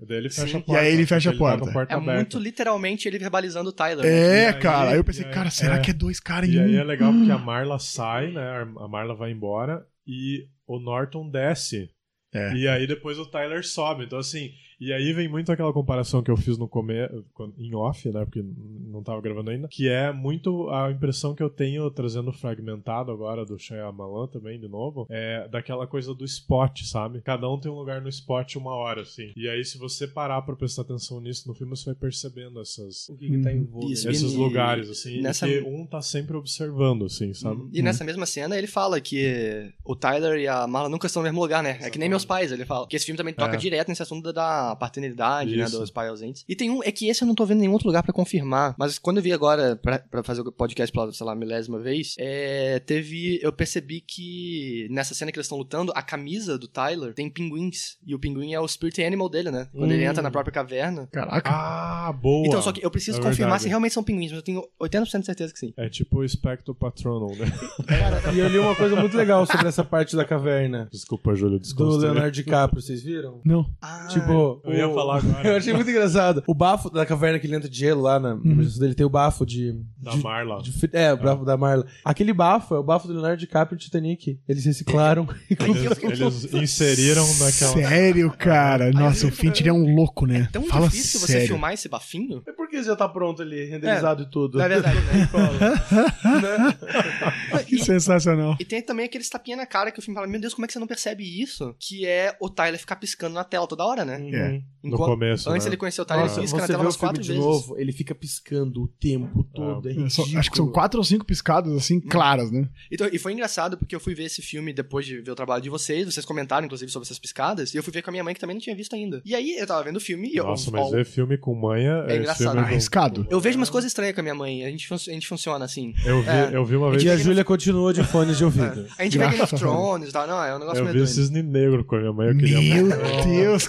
S4: E daí ele fecha a
S3: Sim.
S4: porta.
S2: E aí ele fecha a
S4: tá com
S2: porta.
S3: é muito literalmente ele verbalizando o Tyler. né?
S2: É,
S4: E aí-
S2: cara. Aí eu pensei,
S4: e aí-
S2: cara, será
S4: é.
S2: que é dois caras
S4: E
S2: em
S4: aí é
S2: um?
S4: legal porque a Marla sai, né? A Marla vai embora e o Norton desce.
S2: É.
S4: E aí depois o Tyler sobe. Então, assim, e aí vem muito aquela comparação que eu fiz no começo, em off, né? Porque não tava gravando ainda, que é muito a impressão que eu tenho, trazendo fragmentado agora do Shyamalan também, de novo, é daquela coisa do spot, sabe? Cada um tem um lugar no spot uma hora, assim. E aí, se você parar pra prestar atenção nisso no filme, você vai percebendo essas,
S1: O que, que tá em voga?
S3: Isso.
S4: esses
S3: E-
S4: lugares, assim,
S3: nessa- Uhum.
S4: e que um tá sempre observando, assim, sabe?
S3: E nessa mesma cena ele fala que o Tyler e a Marla nunca estão no mesmo lugar, né? É que nem meus pais, ele fala. Que esse filme também toca
S4: É.
S3: direto nesse assunto da da paternidade, né?
S4: Isso.
S3: Dos pais ausentes. E tem um, é que esse eu não tô vendo em nenhum outro lugar pra confirmar. Mas quando eu vi agora, pra, pra fazer o podcast pela, sei lá, milésima vez, é, teve. Eu percebi que nessa cena que eles estão lutando, a camisa do Tyler tem pinguins. E o pinguim é o spirit animal dele, né? Quando ele
S1: Hum.
S3: entra na própria caverna.
S2: Caraca.
S4: Ah, boa!
S3: Então, só que eu preciso
S4: É
S3: confirmar
S4: verdade.
S3: se realmente são pinguins, mas eu tenho 80% de certeza que sim.
S4: É tipo o Spectro Patronum, né?
S1: E eu li uma coisa muito legal sobre essa parte da caverna
S4: Desculpa, Júlio,
S1: do
S4: desconstruí.
S1: Leonardo DiCaprio, vocês viram?
S2: Não.
S3: Ah,
S1: Tipo,
S4: eu ia
S1: o-
S4: falar agora.
S1: eu achei muito engraçado. O bafo da caverna que ele entra de gelo lá na na presença dele tem o bafo de.
S4: Da
S1: de-
S4: Marla.
S1: de fi- é, o bafo da Marla. Aquele bafo é o bafo do Leonardo DiCaprio e Titanic. Eles reciclaram.
S4: Eles, eles inseriram naquela...
S2: Sério, cara. Nossa, o Fincher é um louco, né?
S3: Tão
S2: Fala
S3: difícil você
S2: sério.
S3: filmar esse bafinho?
S1: É porque já tá pronto ali,
S3: renderizado
S1: e tudo.
S3: Na verdade, né?
S2: Que sensacional.
S3: E tem também aqueles tapinha na cara que o filme fala, meu Deus, como é que você não percebe isso? Que é o Tyler ficar piscando na tela toda hora, né?
S2: É.
S4: Hum, No começo,
S3: Antes
S4: né?
S3: ele conheceu o Tyler,
S1: Nossa,
S3: ele
S1: você
S3: pisca na
S1: vê
S3: tela
S1: o
S3: tá umas
S1: filme
S3: quatro
S1: de
S3: vezes.
S1: novo, ele fica piscando o tempo todo. É,
S2: É, só-
S1: ridículo.
S2: acho que são quatro ou cinco piscadas, assim, claras, né?
S3: Então, e foi engraçado porque eu fui ver esse filme depois de ver o trabalho de vocês, vocês comentaram inclusive sobre essas piscadas, e eu fui ver com a minha mãe que também não tinha visto ainda. E aí eu tava vendo o filme e eu.
S4: Nossa,
S3: ó, É
S4: mas ver filme com manha... esse
S3: engraçado.
S4: filme com-
S2: Arriscado.
S3: Eu vejo umas coisas estranhas com a minha mãe, a gente, fun- a gente funciona assim.
S4: Eu vi,
S3: É.
S4: eu vi uma vez...
S1: E a Júlia continuou de fones de ouvido.
S3: A gente vê Game of
S2: Engraçado.
S3: Thrones e tal, não, é um negócio
S4: Eu vi
S3: meio
S4: o
S3: doido.
S4: Cisne Negro com a minha mãe, eu queria
S2: Meu
S4: muito.
S2: Deus,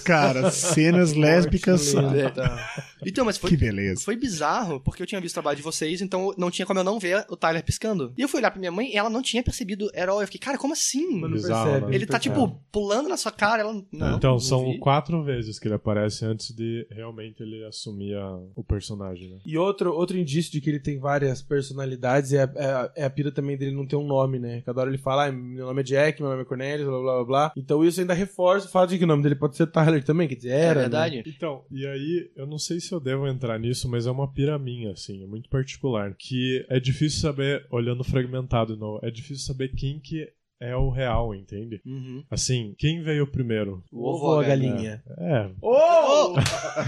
S2: cara. Cenas lésbicas.
S1: Morte
S3: Então, mas foi,
S2: Que beleza.
S3: Foi bizarro, porque eu tinha visto o trabalho de vocês, então não tinha como eu não ver o Tyler piscando. E eu fui olhar pra minha mãe e ela não tinha percebido herói. Eu fiquei, cara, como assim?
S1: Mas não
S4: Bizarro,
S1: percebe.
S4: né?
S3: ele tá,
S1: percebe.
S3: tipo, pulando na sua cara, ela. Não,
S4: então,
S3: não
S4: são
S3: vi.
S4: quatro vezes que ele aparece antes de realmente ele assumir a- o personagem, né?
S1: E outro, outro indício de que ele tem várias personalidades é, é, é a pira também dele não ter um nome, né? Cada hora ele fala, ah, meu nome é Jack, meu nome é Cornelius, blá blá blá blá. Então isso ainda reforça o fato de que o nome dele pode ser Tyler também, quer dizer,
S3: É
S1: era. né?
S3: verdade.
S4: Então, e aí, eu não sei se eu devo entrar nisso, mas é uma piraminha, assim, é muito particular. Que é difícil saber, olhando fragmentado de novo, é difícil saber quem que é o real, entende?
S3: Uhum.
S4: Assim, quem veio primeiro?
S1: O ovo ou a
S3: né?
S1: galinha?
S4: É.
S3: Oh!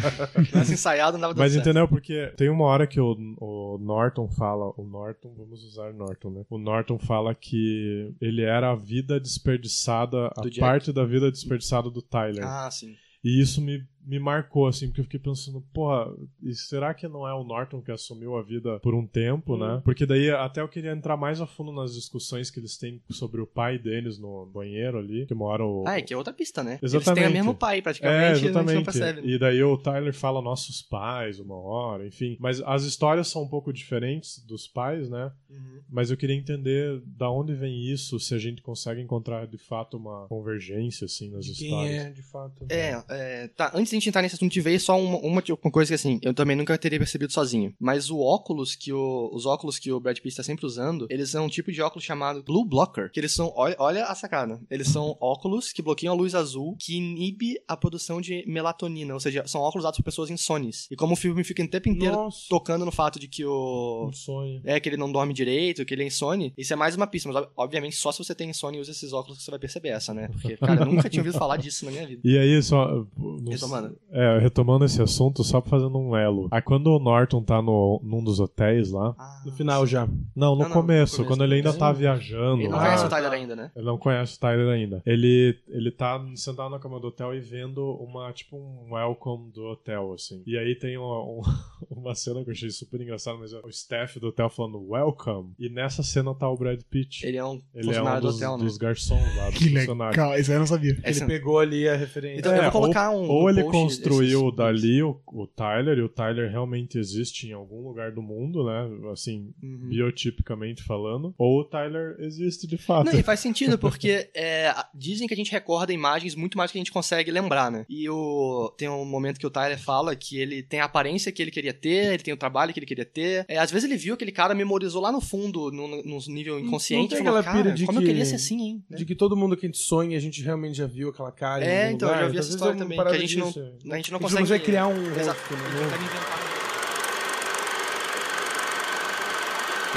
S3: Mas ensaiado não dava
S4: Mas
S3: certo.
S4: entendeu? Porque tem uma hora que o, o Norton fala, o Norton, vamos usar Norton, né? O Norton fala que ele era a vida desperdiçada, a
S3: Do Jack.
S4: parte da vida desperdiçada do Tyler.
S3: Ah, sim.
S4: E isso me, me marcou, assim, porque eu fiquei pensando, porra, e será que não é o Norton que assumiu a vida por um tempo,
S3: Uhum.
S4: né? Porque daí até eu queria entrar mais a fundo nas discussões que eles têm sobre o pai deles no banheiro ali, que mora o.
S3: Ah, é que é outra pista, né? Eles
S4: Exatamente.
S3: têm o mesmo pai,
S4: É,
S3: praticamente, e a gente não
S4: exatamente.
S3: percebe. né?
S4: E daí o Tyler fala nossos pais uma hora, enfim. Mas as histórias são um pouco diferentes dos pais, né?
S3: Uhum.
S4: Mas eu queria entender da onde vem isso, se a gente consegue encontrar de fato uma convergência, assim, nas
S1: De quem
S4: histórias.
S1: é, de fato.
S3: É, é, tá. Antes de a gente entrar nesse assunto de vez, só uma, uma, uma coisa que assim, eu também nunca teria percebido sozinho. Mas o óculos que o, os óculos que o Brad Pitt tá sempre usando, eles são um tipo de óculos chamado Blue Blocker. Que eles são, olha, olha a sacada. Eles são óculos que bloqueiam a luz azul, que inibe a produção de melatonina. Ou seja, são óculos usados por pessoas insones. E como o filme fica o tempo inteiro
S1: Nossa, um
S3: tocando no fato de que o.
S4: Um sonho.
S3: É, que ele não dorme direito, que ele é insone. Isso é mais uma pista, mas ob- obviamente só se você tem insônia e usa esses óculos que você vai perceber essa, né? Porque, cara, eu nunca tinha ouvido falar disso na minha vida.
S4: E aí, só. não
S3: Retomando.
S4: É, retomando esse assunto, só fazendo um elo. Aí quando o Norton tá no, num dos hotéis lá.
S3: Ah,
S1: no final já.
S4: Não, no,
S3: Não, não, no
S4: começo,
S3: começo,
S4: quando ele ainda
S3: no
S4: tá
S3: começo.
S4: viajando.
S3: Ele não
S4: lá.
S3: conhece o
S1: tá.
S3: Tyler ainda, né?
S4: Ele não conhece o Tyler ainda. Ele, ele tá sentado na cama do hotel e vendo uma, tipo, um welcome do hotel, assim. E aí tem uma, um- uma cena que eu achei super engraçada, mas é o staff do hotel falando welcome. E nessa cena tá o Brad Pitt.
S3: Ele é um
S4: Ele é
S3: funcionário
S4: um
S3: do
S4: dos,
S3: hotel, né?
S4: dos garçons lá, dos
S2: Que
S4: funcionários.
S2: legal. Isso aí eu não sabia.
S3: É,
S1: Ele
S3: sim.
S1: pegou ali a referência.
S3: Então,
S4: É,
S3: eu vou
S4: ou-
S3: colocar um.
S4: Ou
S3: um
S4: ele
S3: post
S4: construiu
S3: desses-
S4: dali o, o Tyler, e o Tyler realmente existe em algum lugar do mundo, né? Assim,
S3: Uhum.
S4: biotipicamente falando. Ou o Tyler existe de fato.
S3: Não, e faz sentido, porque é, a- dizem que a gente recorda imagens muito mais do que a gente consegue lembrar, né? E o, tem um momento que o Tyler fala que ele tem a aparência que ele queria ter, ele tem o trabalho que ele queria ter. É, às vezes ele viu aquele cara, memorizou lá no fundo, num num nível inconsciente,
S1: tem
S3: e falou,
S1: aquela pira
S3: cara,
S1: de
S3: como
S1: que-
S3: eu queria ser assim, hein? né?
S1: De que todo mundo que a gente sonha, a gente realmente já viu aquela cara. em
S3: É,
S1: algum
S3: então, eu
S1: lugar.
S3: já vi essa
S1: Talvez
S3: história
S1: é uma
S3: também,
S1: parada
S3: que a gente não-
S1: disso, é.
S3: A gente não
S1: A gente
S3: consegue...
S1: não consegue criar um
S3: Exato.
S1: rosto, né?
S3: A gente consegue inventar.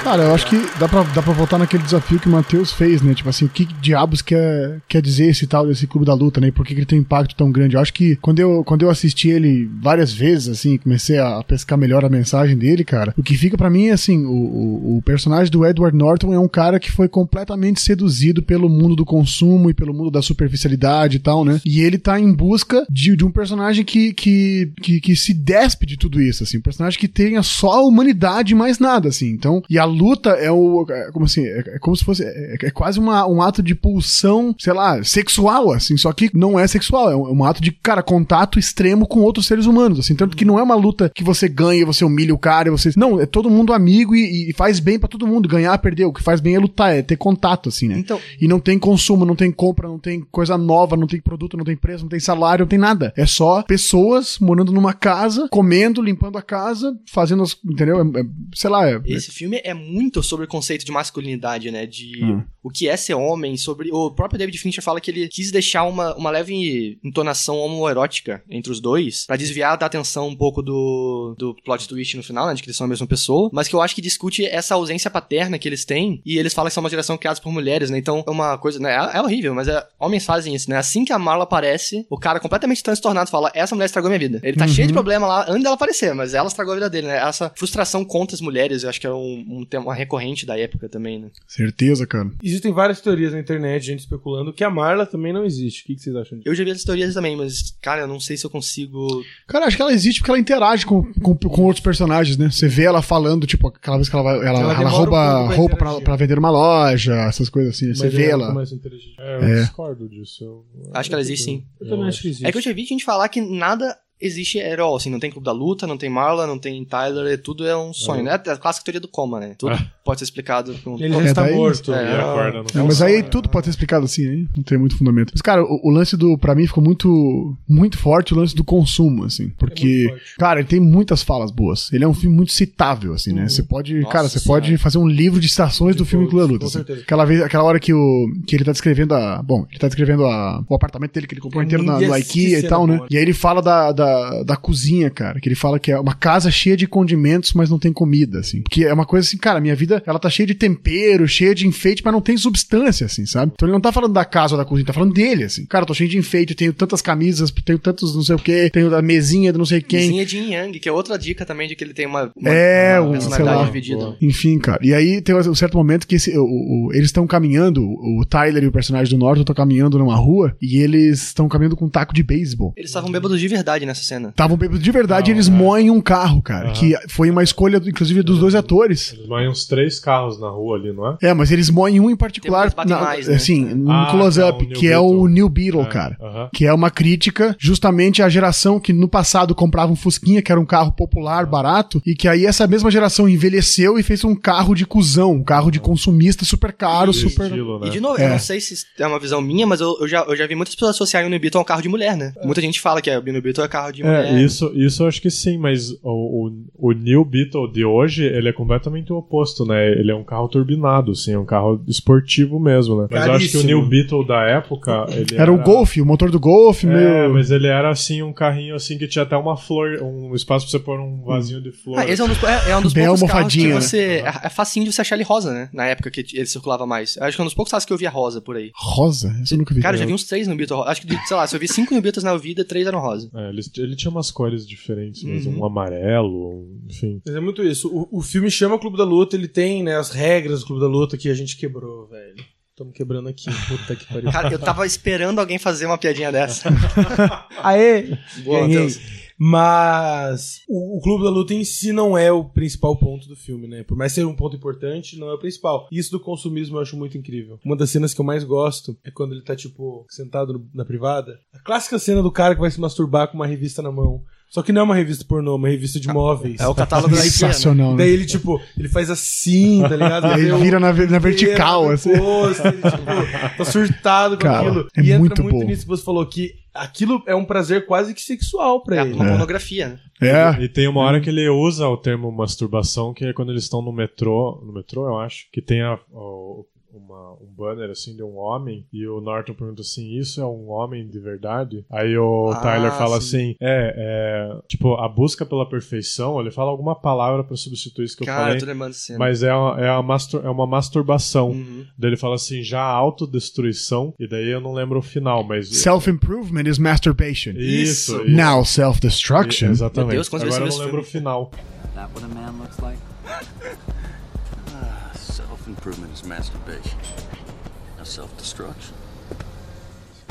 S2: Cara, eu acho que dá pra, dá pra voltar naquele desafio que o Matheus fez, né? Tipo assim, o que diabos quer, quer dizer esse tal desse clube da luta, né? E por que, que ele tem um impacto tão grande? Eu acho que quando eu, quando eu assisti ele várias vezes, assim, comecei a pescar melhor a mensagem dele, cara, o que fica pra mim é assim: o, o, o personagem do Edward Norton é um cara que foi completamente seduzido pelo mundo do consumo e pelo mundo da superficialidade e tal, né? E ele tá em busca de, de um personagem que, que, que, que se despe de tudo isso, assim. Um personagem que tenha só a humanidade e mais nada, assim. Então, e a luta é o. é como assim? É, é como se fosse. É, é quase uma- um ato de pulsão, sei lá, sexual, assim. Só que não é sexual. É um, é um ato de, cara, contato extremo com outros seres humanos, assim. Tanto que não é uma luta que você ganha, você humilha o cara, e você. Não, é todo mundo amigo e, e faz bem pra todo mundo. Ganhar, perder. O que faz bem é lutar, é ter contato, assim, né?
S3: Então,
S2: E não tem consumo, não tem compra, não tem coisa nova, não tem produto, não tem preço, não tem salário, não tem nada. É só pessoas morando numa casa, comendo, limpando a casa, fazendo as. Entendeu? É- é- sei lá, é.
S3: Esse filme é muito sobre o conceito de masculinidade, né? De
S2: Hum.
S3: o que é ser homem, sobre. O próprio David Fincher fala que ele quis deixar uma, uma leve entonação homoerótica entre os dois, pra desviar da atenção um pouco do, do plot twist no final, né? De que eles são a mesma pessoa. Mas que eu acho que discute essa ausência paterna que eles têm. E eles falam que são uma geração criada por mulheres, né? Então é uma coisa, né? É, é horrível, mas é- homens fazem isso, né? Assim que a Marla aparece, o cara completamente transtornado fala: Essa mulher estragou minha vida. Ele tá cheio de problema lá antes dela aparecer, mas ela estragou a vida dele, né? Essa frustração contra as mulheres, eu acho que é um, um tema recorrente da época também, né?
S2: Certeza, cara.
S1: Existem várias teorias na internet, gente especulando que a Marla também não existe. O que que vocês acham disso?
S3: Eu já vi essas teorias também, mas, cara, eu não sei se É eu consigo.
S2: Cara, acho que ela existe porque ela interage com, com, com outros personagens, né? Você vê ela falando, tipo, aquela vez que ela vai. Ela,
S1: Ela
S2: ela
S1: demora um pouco
S2: rouba
S1: pra
S2: roupa pra,
S1: interagir.
S2: pra vender numa loja, essas coisas assim, né? Você
S1: Mas é
S2: vê
S1: eu
S2: ela.
S1: começo a interagir.
S4: É, eu
S2: É.
S4: discordo disso. eu-
S3: Acho que ela existe, sim.
S1: Eu
S4: um-
S1: também acho que existe.
S3: É que eu já vi gente falar que nada existe at all, assim, não tem Clube da Luta, não tem Marla, não tem Tyler, é tudo é um sonho, né? É a clássica teoria do coma, né? Tudo pode ser explicado com...
S1: Ele já
S2: É,
S1: está
S2: daí-
S1: morto.
S3: É,
S4: E acorda no
S2: É, mas
S4: final.
S2: aí tudo pode ser explicado assim, hein? Não tem muito fundamento. Mas, cara, o, o lance do. Pra mim ficou muito. Muito forte o lance do consumo, assim. Porque.
S1: É forte.
S2: cara, ele tem muitas falas boas. Ele é um filme muito citável, assim, né? Você pode.
S3: Nossa
S2: cara, você
S3: Senhora.
S2: pode fazer um livro de citações do
S1: Uhum. De
S2: filme
S1: todos,
S2: Clube da Luta.
S1: com
S2: assim.
S1: certeza.
S2: Aquela, vez, aquela hora que, o, que ele tá descrevendo a. Bom, ele tá descrevendo a, o apartamento dele que ele comprou
S1: É,
S2: inteiro na,
S1: que
S2: no IKEA e
S1: cena
S2: tal, né?
S1: boa.
S2: E aí ele fala da, da, da cozinha, cara. Que ele fala que é uma casa cheia de condimentos, mas não tem comida, assim. Porque é uma coisa assim, cara, minha vida, ela tá cheia de tempero, cheia de enfeite, mas não tem substância, assim, sabe? Então ele não tá falando da casa ou da cozinha, ele tá falando dele, assim. Cara, eu tô cheio de enfeite, eu tenho tantas camisas, tenho tantos não sei o quê, tenho da mesinha do não sei quem.
S3: Vizinha de Yin Yang, que é outra dica também de que ele tem uma, uma,
S2: É,
S3: uma
S2: um,
S3: personalidade
S2: sei lá.
S3: dividida.
S4: Boa.
S2: Enfim, cara. E aí tem um certo momento que esse- o- o- o- eles estão caminhando, o Tyler e o personagem do Norton estão caminhando numa rua e eles estão caminhando com um taco de beisebol.
S3: Eles estavam bêbados de verdade nessa cena.
S2: Estavam bêbados de verdade e
S4: Não,
S2: eles
S4: é.
S2: moem um carro, cara.
S4: Aham.
S2: Que foi uma escolha, inclusive, dos dois atores.
S4: Eles moem uns três carros na rua ali, não é?
S2: É, mas eles moem um em
S3: Tem
S2: particular.
S3: um que eles batem mais, né?
S2: Assim, um
S4: Ah,
S2: close-up,
S4: tá, o New
S2: que é o
S4: Beetle.
S2: New Beetle,
S4: É,
S2: cara.
S4: aham.
S2: Que é uma crítica justamente à geração que no passado comprava um Fusquinha, que era um carro popular, barato, e que aí essa mesma geração envelheceu e fez um carro de cuzão, um carro de consumista super caro,
S4: De
S2: super.
S4: estilo, né?
S3: E de novo,
S2: É.
S3: eu não sei se é uma visão minha, mas eu, eu já, eu já vi muitas pessoas associarem o New Beetle a um carro de mulher, né? Muita gente fala que é, o New Beetle é carro de mulher.
S4: É, isso, isso eu acho que sim, mas o, o, o New Beetle de hoje, ele é completamente o oposto, né? Ele é um carro turbinado, assim, é um carro esportivo mesmo, né? Mas eu acho que o
S1: Caríssimo.
S4: New Beetle da época, ele
S2: Era o Golf, né? o motor do Golf,
S4: É,
S2: meu.
S4: mas ele era assim, um carrinho assim que tinha até uma flor, um espaço pra você pôr um vasinho de flor.
S3: Ah, esse é um dos, é, é um dos
S2: Bem
S3: poucos carros que
S2: almofadinha, né?
S3: você... É, é facinho de você achar ele rosa, né? Na época que ele circulava mais. Eu acho que é um dos poucos carros que eu via rosa por aí.
S2: Rosa? Isso eu nunca vi.
S3: Cara, eu já vi uns três no Beetle rosa. Acho que, de- sei lá, se eu vi cinco no Beatles na vida, três eram rosa.
S4: É, ele, ele tinha umas cores diferentes, mas
S3: Uhum.
S4: um amarelo, um- enfim.
S1: Mas é muito isso. O, o filme chama Clube da Luta, ele tem né, as regras do Clube da Luta que a gente quebrou, velho. Estamos quebrando aqui. Puta que pariu.
S3: Cara, eu tava esperando alguém fazer uma piadinha dessa.
S1: Aê!
S3: Boa,
S1: Ganhei.
S3: Matheus.
S1: Mas o, o Clube da Luta em si não é o principal ponto do filme, né? Por mais ser um ponto importante, não é o principal. Isso do consumismo eu acho muito incrível. Uma das cenas que eu mais gosto é quando ele tá, tipo, sentado no- na privada. A clássica cena do cara que vai se masturbar com uma revista na mão. Só que não é uma revista pornô, é uma revista
S2: Ah,
S1: de móveis.
S3: É o catálogo da IKEA. né?
S2: Sensacional, né?
S1: Daí ele, tipo, ele faz assim, tá ligado?
S2: E aí
S1: Vê o-
S2: vira na, ve- na vertical,
S1: inteiro,
S2: assim.
S1: no Posto, ele, tipo, tá surtado com
S2: Cara,
S1: aquilo.
S2: é
S1: e entra
S2: muito
S1: muito,
S2: bom.
S1: nisso que você falou, que aquilo é um prazer quase que sexual pra
S3: É
S1: ele.
S3: uma pornografia, né?
S2: É.
S4: E tem uma hora que ele usa o termo masturbação, que é quando eles estão no metrô, no metrô, eu acho, que tem a- o- uma- um banner assim de um homem, e o Norton pergunta assim: Isso é um homem de verdade? Aí o
S3: Ah,
S4: Tyler fala
S3: sim.
S4: assim: é, é, tipo, a busca pela perfeição, ele fala alguma palavra pra substituir isso que eu
S3: Cara, eu
S4: falei.
S3: tô lembrando dessa cena.
S4: Mas é uma, é, uma mastur- é uma masturbação.
S3: Uhum.
S4: Daí ele fala assim, já a autodestruição, e daí eu não lembro o final, mas.
S2: Self-improvement is masturbation.
S4: Isso, isso.
S2: Now
S4: E-
S2: self-destruction.
S4: Exatamente.
S3: Meu Deus, quantas vezes
S4: Agora eu
S3: eu vi
S4: não lembro o
S3: esse filme?
S4: final.
S6: That what a man looks like?
S5: Self improvement Ah, is masturbation. Now self destruction.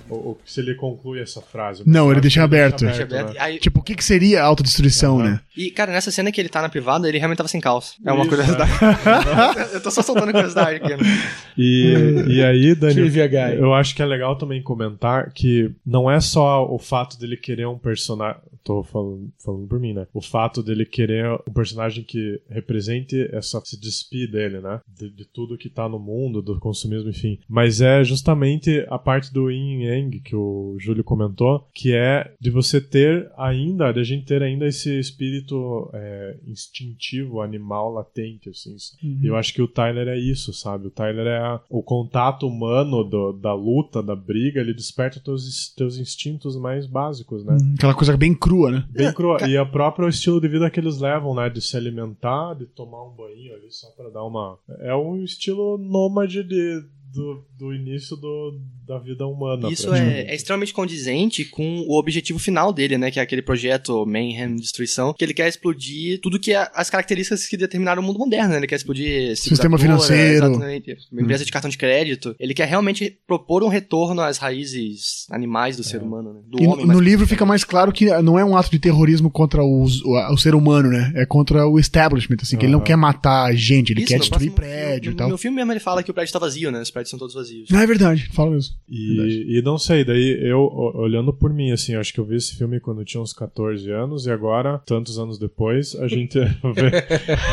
S4: Ou, ou se ele conclui essa frase.
S2: Não,
S4: mas
S2: ele
S4: eu
S2: deixa
S4: acho que
S2: aberto.
S3: Deixa aberto.
S4: né?
S3: Aí-
S2: Tipo, o que, que seria a autodestruição, né?
S3: E, cara, nessa cena que ele tá na privada, ele realmente tava sem calça. É uma
S4: Isso,
S3: curiosidade. eu tô só soltando curiosidade aqui. né?
S4: E, e aí, Dani,
S1: Trivia guy.
S4: eu acho que é legal também comentar que não é só o fato dele querer um personagem. Tô falando, falando por mim, né? O fato dele querer um personagem que represente essa. se despir dele, né? De, de tudo que tá no mundo, do consumismo, enfim. Mas é justamente a parte do yin e yang que o Júlio comentou, que é de você ter ainda, de a gente ter ainda esse espírito é, instintivo, animal latente, assim. E eu acho que o Tyler é isso, sabe? O Tyler é a- o contato humano do- da luta, da briga, ele desperta teus, ins- teus instintos mais básicos, né?
S2: Aquela coisa bem crua, né?
S4: Bem crua. E é o próprio estilo de vida que eles levam, né? De se alimentar, de tomar um banho ali só pra dar uma. É um estilo nômade de- do, do início do, da vida humana.
S3: Isso é,
S4: praticamente.
S3: é extremamente condizente com o objetivo final dele, né? Que é aquele projeto Mayhem Destruição, que ele quer explodir tudo que é as características que determinaram o mundo moderno. né? Ele quer explodir
S2: Sistema
S3: seguradora,
S2: financeiro. Hum.
S3: exatamente, uma empresa de cartão de crédito. Ele quer realmente propor um retorno às raízes animais do ser humano, né? Do
S2: É. E no-
S3: homem.
S2: no
S3: mas-
S2: livro fica mais claro que não é um ato de terrorismo contra os- o, o ser humano, né? É contra o establishment, assim, que ele não
S4: Aham.
S2: quer matar gente, ele
S3: Isso,
S2: quer
S3: no
S2: destruir
S3: próximo filme-
S2: prédio e
S3: no-
S2: tal.
S3: No filme mesmo ele fala que o prédio tá vazio, né? Os prédios são todos vazios.
S2: Não, é verdade, fala mesmo.
S4: E, e não sei, daí eu, o- olhando por mim, assim, acho que eu vi esse filme quando eu tinha uns 14 anos e agora, tantos anos depois, a gente vê-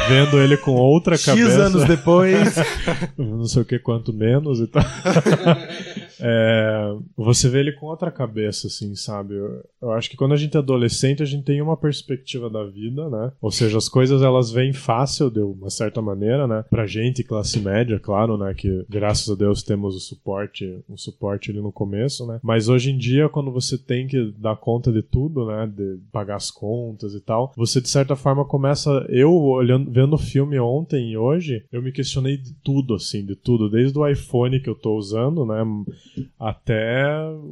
S4: vendo ele com outra
S1: X
S4: cabeça.
S1: anos depois.
S4: não sei o que quanto menos e tal. É, você vê ele com outra cabeça, assim, sabe? Eu, eu acho que quando a gente é adolescente, a gente tem uma perspectiva da vida, né? Ou seja, as coisas elas vêm fácil de uma certa maneira, né? Pra gente, classe média, claro, né? Que graças a Deus temos o suporte, um suporte ali no começo, né? Mas hoje em dia, quando você tem que dar conta de tudo, né? De pagar as contas e tal, você de certa forma começa. Eu olhando, vendo o filme ontem e hoje, eu me questionei de tudo, assim, de tudo, desde o iPhone que eu tô usando, né? Até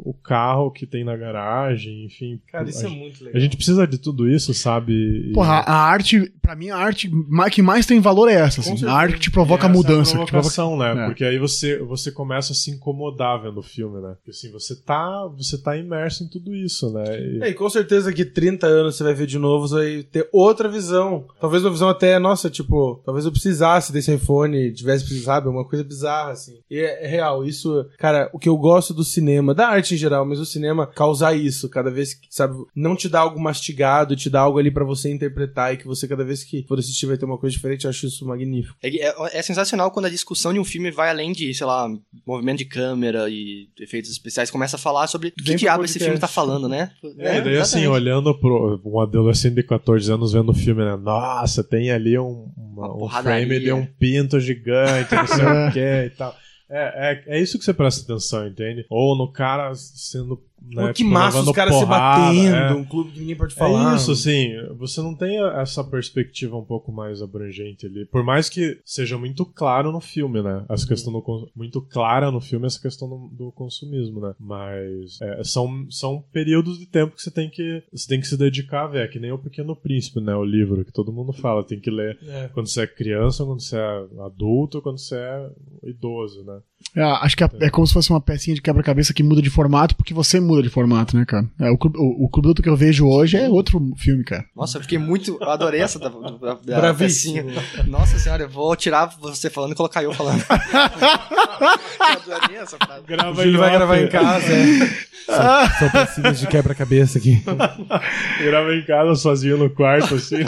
S4: o carro que tem na garagem, enfim.
S1: Cara, isso
S4: a,
S1: é
S4: gente-
S1: muito legal.
S4: a gente precisa de tudo isso, sabe? E-
S2: Porra, a a arte, pra mim, a arte ma- que mais tem valor é essa, assim. A arte que te provoca
S4: essa é a
S2: mudança. que te provoca...
S4: provocação, né?
S2: É.
S4: Porque aí você você, você começa a se incomodar vendo o filme, né? Porque assim, você tá, você tá imerso em tudo isso, né? E-
S1: É, e com certeza que 30 anos você vai ver de novo, você vai ter outra visão. Talvez uma visão até, nossa, tipo, talvez eu precisasse desse iPhone, tivesse precisado, uma coisa bizarra, assim. E é, é real, isso, cara, o que eu gosto do cinema, da arte em geral, mas o cinema causar isso, cada vez que, sabe, não te dá algo mastigado, te dá algo ali pra você interpretar e que você, cada vez que for assistir, vai ter uma coisa diferente, eu acho isso magnífico.
S3: É, é- é sensacional quando a discussão de um filme vai além de, sei lá, movimento de câmera e efeitos especiais. Começa a falar sobre do que
S1: Vem pro
S3: diabo
S1: podcast.
S3: esse filme tá falando, né?
S4: É, e daí assim, olhando pro um adolescente de 14 anos vendo o filme, né? Nossa, tem ali um, uma-
S3: Uma
S4: um
S3: porradaria.
S4: frame de um pinto gigante, não sei
S2: É.
S4: o que e tal. É, é, é isso que você presta atenção, entende? Ou no cara sendo. Né,
S1: Pô, que
S4: tipo,
S1: massa
S4: levando
S1: os caras
S4: porrada,
S1: se
S4: é.
S1: batendo, um clube que ninguém pode falar.
S4: É isso, assim, você não tem a- essa perspectiva um pouco mais abrangente ali. Por mais que seja muito claro no filme, né?
S3: Uhum.
S4: Essa questão do con- muito clara no filme essa questão do, do consumismo, né? Mas é, são, são períodos de tempo que você tem que você tem que se dedicar a ver, É que nem o Pequeno Príncipe, né? O livro que todo mundo fala, tem que ler
S1: É.
S4: quando você é criança, quando você é adulto, quando você é idoso, né?
S2: É, acho que a- é como se fosse uma pecinha de quebra-cabeça que muda de formato, porque você muda de formato, né, cara? É, o, Clube, o, o Clube do Luta que eu vejo hoje é outro filme, cara.
S3: Nossa, eu fiquei muito. Eu adorei essa da, da, da
S1: Bravíssimo.
S3: pecinha. Nossa senhora, eu vou tirar você falando e colocar eu falando. eu adorei essa frase.
S1: O Júlio vai gravar em casa, é. São, são pecinhas de quebra-cabeça aqui.
S4: Grava em casa sozinho no quarto, assim.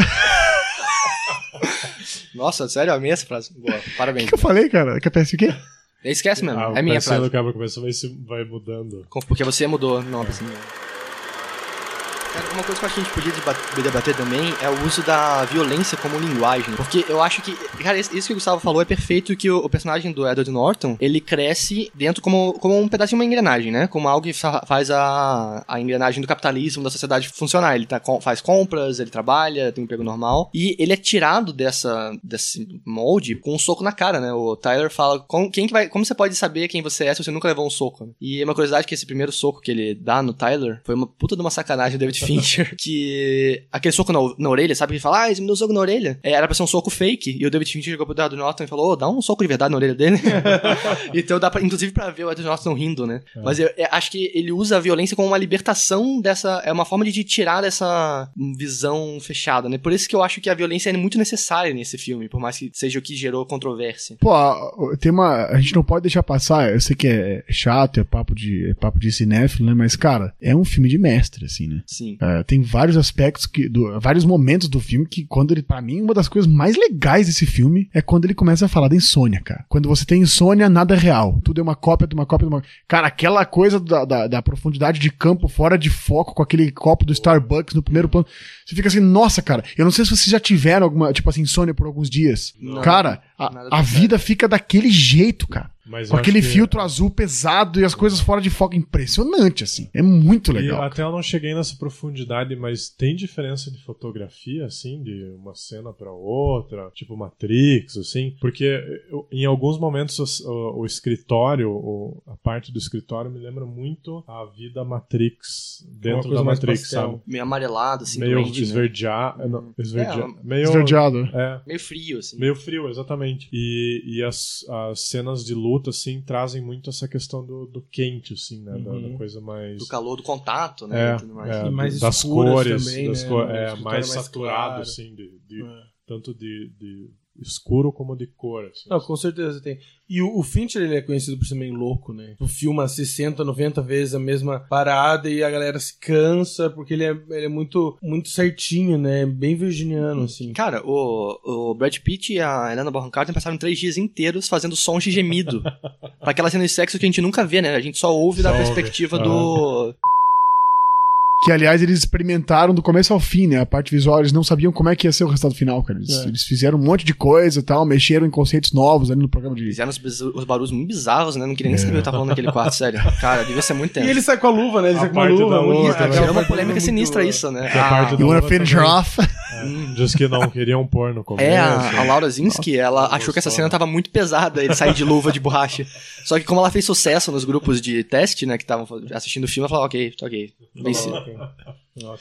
S3: Nossa, sério, eu amei essa frase. Boa, parabéns.
S2: O que eu falei, cara? Que a peça o quê?
S3: Esquece mesmo,
S4: Ah,
S3: é minha
S4: pecinha
S3: frase.
S4: do quebra-cabeça vai, se- vai mudando.
S3: Porque você mudou, não, assim. Cara, uma coisa que eu acho que a gente podia deba- debater também é o uso da violência como linguagem. Porque eu acho que. Cara, isso isso que o Gustavo falou é perfeito que o, o personagem do Edward Norton ele cresce dentro como, como um pedacinho de uma engrenagem, né? Como algo que fa- faz a, a engrenagem do capitalismo, da sociedade funcionar. Ele tá, com- faz compras, ele trabalha, tem um emprego normal. E ele é tirado dessa, desse molde com um soco na cara, né? O Tyler fala: "Com- quem que vai, como você pode saber quem você é se você nunca levou um soco? né? E é uma curiosidade que esse primeiro soco que ele dá no Tyler foi uma puta de uma sacanagem do David Fincher. que aquele soco na, na orelha, sabe? Ele fala: ah, esse me deu um soco na orelha. É, era pra ser um soco fake. E o David Fincher chegou pro Edward Norton e falou: ô, dá um soco de verdade na orelha dele. então dá pra, inclusive pra ver o Edward Norton rindo, né? Mas eu, eu acho que ele usa a violência como uma libertação dessa. É uma forma de te tirar dessa visão fechada, né? Por isso que eu acho que a violência é muito necessária nesse filme, por mais que seja o que gerou controvérsia.
S2: Pô, a- tem uma. A gente não pode deixar passar. Eu sei que é chato, é papo de, é papo de cinéfilo, né? Mas, cara, é um filme de mestre, assim, né?
S3: Sim.
S2: É, tem vários aspectos que. do- vários momentos do filme que, quando ele. Pra mim, uma das coisas mais legais desse filme é quando ele começa a falar da insônia, cara. Quando você tem insônia, nada é real. Tudo é uma cópia de uma cópia de uma. Cara, aquela coisa da, da, da profundidade de campo fora de foco com aquele copo do Starbucks no primeiro plano. Você fica assim, nossa, cara. Eu não sei se vocês já tiveram alguma, tipo assim, insônia por alguns dias.
S3: Não.
S2: cara,
S3: Nada
S2: a, a
S3: do
S2: vida fica daquele jeito, cara.
S4: Mas eu
S2: Com
S4: acho
S2: aquele
S4: que- é.
S2: filtro azul pesado e as coisas fora de foco. Impressionante, assim. É muito legal.
S4: E até eu não cheguei nessa profundidade, mas tem diferença de fotografia, assim, de uma cena pra outra, tipo Matrix, assim, porque eu- em alguns momentos os- o, o escritório, o- a parte do escritório me lembra muito a vida Matrix dentro
S1: É coisa
S4: da
S1: mais
S4: Matrix,
S1: pastel.
S4: sabe?
S3: Meio amarelado, assim,
S4: meio
S3: doente, né?
S4: esverdear, eh, não, esverdear,
S1: um
S3: É,
S4: meio
S2: Esverdeado, né?
S4: é,
S3: Meio frio, assim.
S4: Meio frio, exatamente. E, e as, as cenas de luta, assim, trazem muito essa questão do, do quente, assim, né? Da- Da,
S1: Uhum.
S4: coisa mais.
S3: Do calor, do contato, né?
S4: É,
S3: e tudo mais.
S4: é,
S1: E mais
S4: das
S1: escuras
S4: cores,
S1: também,
S4: das
S1: né?
S4: cor-
S1: Um
S4: é,
S1: escritório
S4: mais
S1: mais
S4: saturado,
S1: claro.
S4: assim, de, de-
S1: É.
S4: tanto de, de escuro como de cor. assim.
S1: Não, com certeza tem. E o, o Fincher, ele é conhecido por ser meio louco, né? O filma 60, 90 vezes a mesma parada e a galera se cansa porque ele é, ele é muito, muito certinho, né? Bem virginiano, assim.
S3: Cara, o, o Brad Pitt e a Helena Bonham Carter passaram três dias inteiros fazendo som de gemido. pra aquela cena de sexo que a gente nunca vê, né? A gente só ouve
S4: Só
S3: da
S4: ouve.
S3: perspectiva do...
S2: Que, aliás, eles experimentaram do começo ao fim, né? A parte visual, eles não sabiam como é que ia ser o resultado final, cara. Eles,
S1: É.
S2: eles fizeram um monte de coisa e tal, mexeram em conceitos novos ali no programa de.
S3: Fizeram os, bizu- os barulhos muito bizarros, né? Não
S4: É.
S3: queria nem saber o que eu tava falando naquele quarto, sério. Cara, devia ser muito
S1: E
S3: tempo.
S1: ele sai com a luva, né? Ele
S4: A
S1: sai com uma
S4: parte
S1: luva.
S4: da
S1: muito-
S4: luva
S1: aquela
S4: também.
S3: Gerou É uma
S1: parte
S3: polêmica
S1: muito-
S3: sinistra isso, né?
S4: Que a parte do-
S2: You wanna
S4: Eu
S2: finish her
S4: também.
S2: off?
S4: É, diz que não queriam pôr no começo.
S3: É, a, a Laura Zinski, ela achou que essa
S4: gostou,
S3: cena
S4: né?
S3: tava muito pesada, ele sair de luva de borracha. Só que como ela fez sucesso nos grupos de teste, né, que estavam assistindo o filme, ela falou, ok, ok, venci.
S1: Nossa.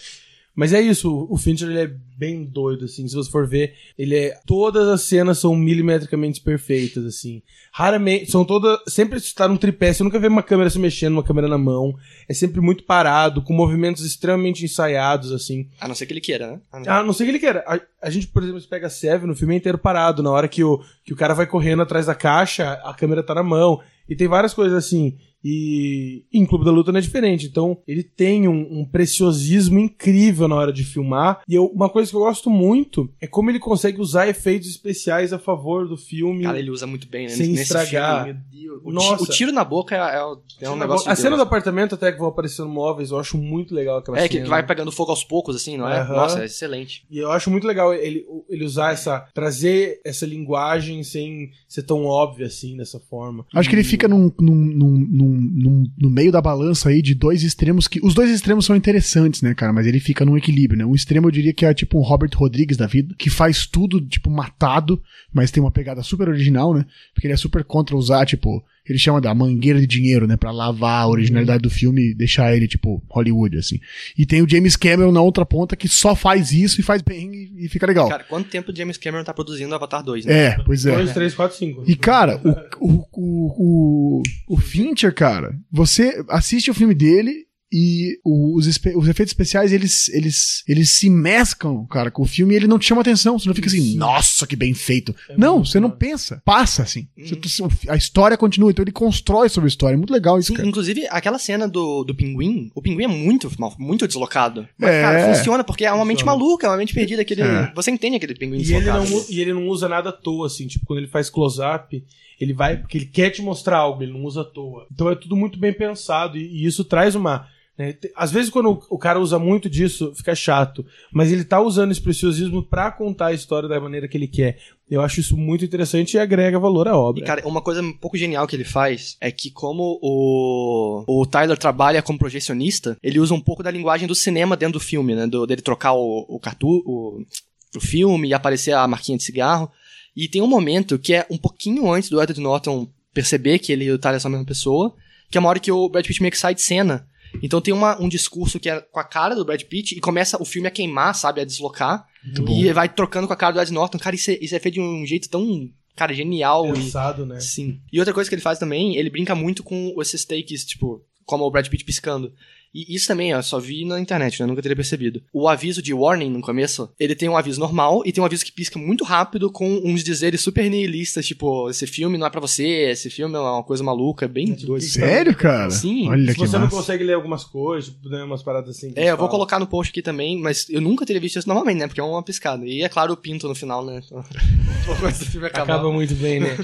S1: Mas é isso, o Fincher ele é bem doido, assim. Se você for ver, ele é. Todas as cenas são milimetricamente perfeitas, assim. Raramente. São todas. Sempre está num tripé. Você nunca vê uma câmera se mexendo, uma câmera na mão. É sempre muito parado, com movimentos extremamente ensaiados, assim.
S3: A não ser que ele queira, né? não.
S1: Ah, não sei o que ele quer. A, a gente, por exemplo, pega Seven, o filme é inteiro parado. Na hora que o, que o cara vai correndo atrás da caixa, a câmera tá na mão. E tem várias coisas assim. E em Clube da Luta não é diferente. Então, ele tem um, um preciosismo incrível na hora de filmar. E eu- uma coisa que eu gosto muito é como ele consegue usar efeitos especiais a favor do filme.
S3: Cara, ele usa muito bem, né?
S1: Sem
S3: Nesse
S1: estragar.
S3: filme, meu Deus. O, ti-
S1: Nossa.
S3: o tiro na boca é, é o- é um negócio.
S1: a
S3: de
S1: cena do
S3: Deus.
S1: apartamento até que vão aparecendo móveis, eu acho muito legal aquela
S3: É,
S1: cena.
S3: que vai pegando fogo aos poucos, assim, não é?
S1: Aham.
S3: Nossa, é excelente.
S1: E eu acho muito legal ele, ele usar essa. trazer essa linguagem sem ser tão óbvia assim, dessa forma.
S2: Acho que ele fica num, num, num, num- num- no meio da balança aí de dois extremos que. Os dois extremos são interessantes, né, cara? Mas ele fica num equilíbrio, né? Um extremo eu diria que é tipo um Robert Rodrigues da vida, que faz tudo, tipo, matado, mas tem uma pegada super original, né? Porque ele é super contra usar, tipo. Ele chama da mangueira de dinheiro, né? Pra lavar a originalidade do filme e deixar ele, tipo, Hollywood, assim. E tem o James Cameron na outra ponta que só faz isso e faz bem e, e fica legal.
S3: Cara, quanto tempo o James Cameron tá produzindo Avatar 2, né?
S2: é, pois é.
S1: 2, 3, 4, 5.
S2: E, cara, o, o, o, o, o Fincher, cara, você assiste o filme dele e o- os, espe- os efeitos especiais, eles, eles, eles se mesclam, cara, com o filme e ele não te chama atenção. Você não fica assim, nossa, que bem feito. não,
S1: É muito
S2: você não
S1: bom. Hum.
S2: pensa. Passa, assim.
S3: Uhum.
S2: Você- tu- a história continua, então ele constrói sobre a história. É muito legal isso,
S3: Sim,
S2: cara.
S3: Inclusive, aquela cena do, do pinguim, o pinguim é muito mal- muito deslocado. Mas,
S2: É.
S3: cara, funciona, porque é uma mente
S1: Funciona.
S3: maluca, é uma mente perdida. Aquele,
S2: É.
S3: Você entende aquele pinguim
S1: E ele,
S3: deslocado.
S1: não, u- e ele não usa nada à toa, assim. Tipo, quando ele faz close-up, ele vai. Porque ele quer te mostrar algo, ele não usa à toa. Então é tudo muito bem pensado. E, e isso traz uma. né, te- às vezes, quando o, o cara usa muito disso, fica chato. Mas ele tá usando esse preciosismo pra contar a história da maneira que ele quer. Eu acho isso muito interessante e agrega valor à
S3: E,
S1: obra.
S3: cara, uma coisa um pouco genial que ele faz é que, como o, o Tyler trabalha como projecionista, ele usa um pouco da linguagem do cinema dentro do filme, né? Do, dele trocar o, o cartu- o, o filme e aparecer a marquinha de cigarro. E tem um momento que é um pouquinho antes do Edward Norton perceber que ele e o Tyler são a mesma pessoa, que é uma hora que o Brad Pitt meio que sai de cena. Então tem uma- um discurso que é com a cara do Brad Pitt e começa o filme a queimar, sabe? A deslocar.
S2: Muito
S3: E vai trocando com a cara do Ed Norton. Cara, isso é, isso é feito de um jeito tão, cara, genial e
S1: Pensado,
S4: É.
S1: né?
S3: Sim. E outra coisa que ele faz também, ele brinca muito com esses takes, tipo, como o Brad Pitt piscando. E isso também, ó, só vi na internet, né? Nunca teria percebido. O aviso de warning no começo, ele tem um aviso normal e tem um aviso que pisca muito rápido com uns dizeres super nihilistas, tipo, esse filme não é pra você, esse filme é uma coisa maluca, é bem doido.
S2: Sério, cara?
S3: Sim.
S2: Olha
S1: Se
S2: que
S1: você não
S2: massa.
S1: consegue ler algumas coisas, tipo, né, umas paradas assim. que
S3: É, eu vou
S1: fala.
S3: colocar no post aqui também, mas eu nunca teria visto isso normalmente, né? Porque é uma piscada. E é claro, o pinto no final, né? Logo antes do filme acabar.
S1: Acaba muito bem, né?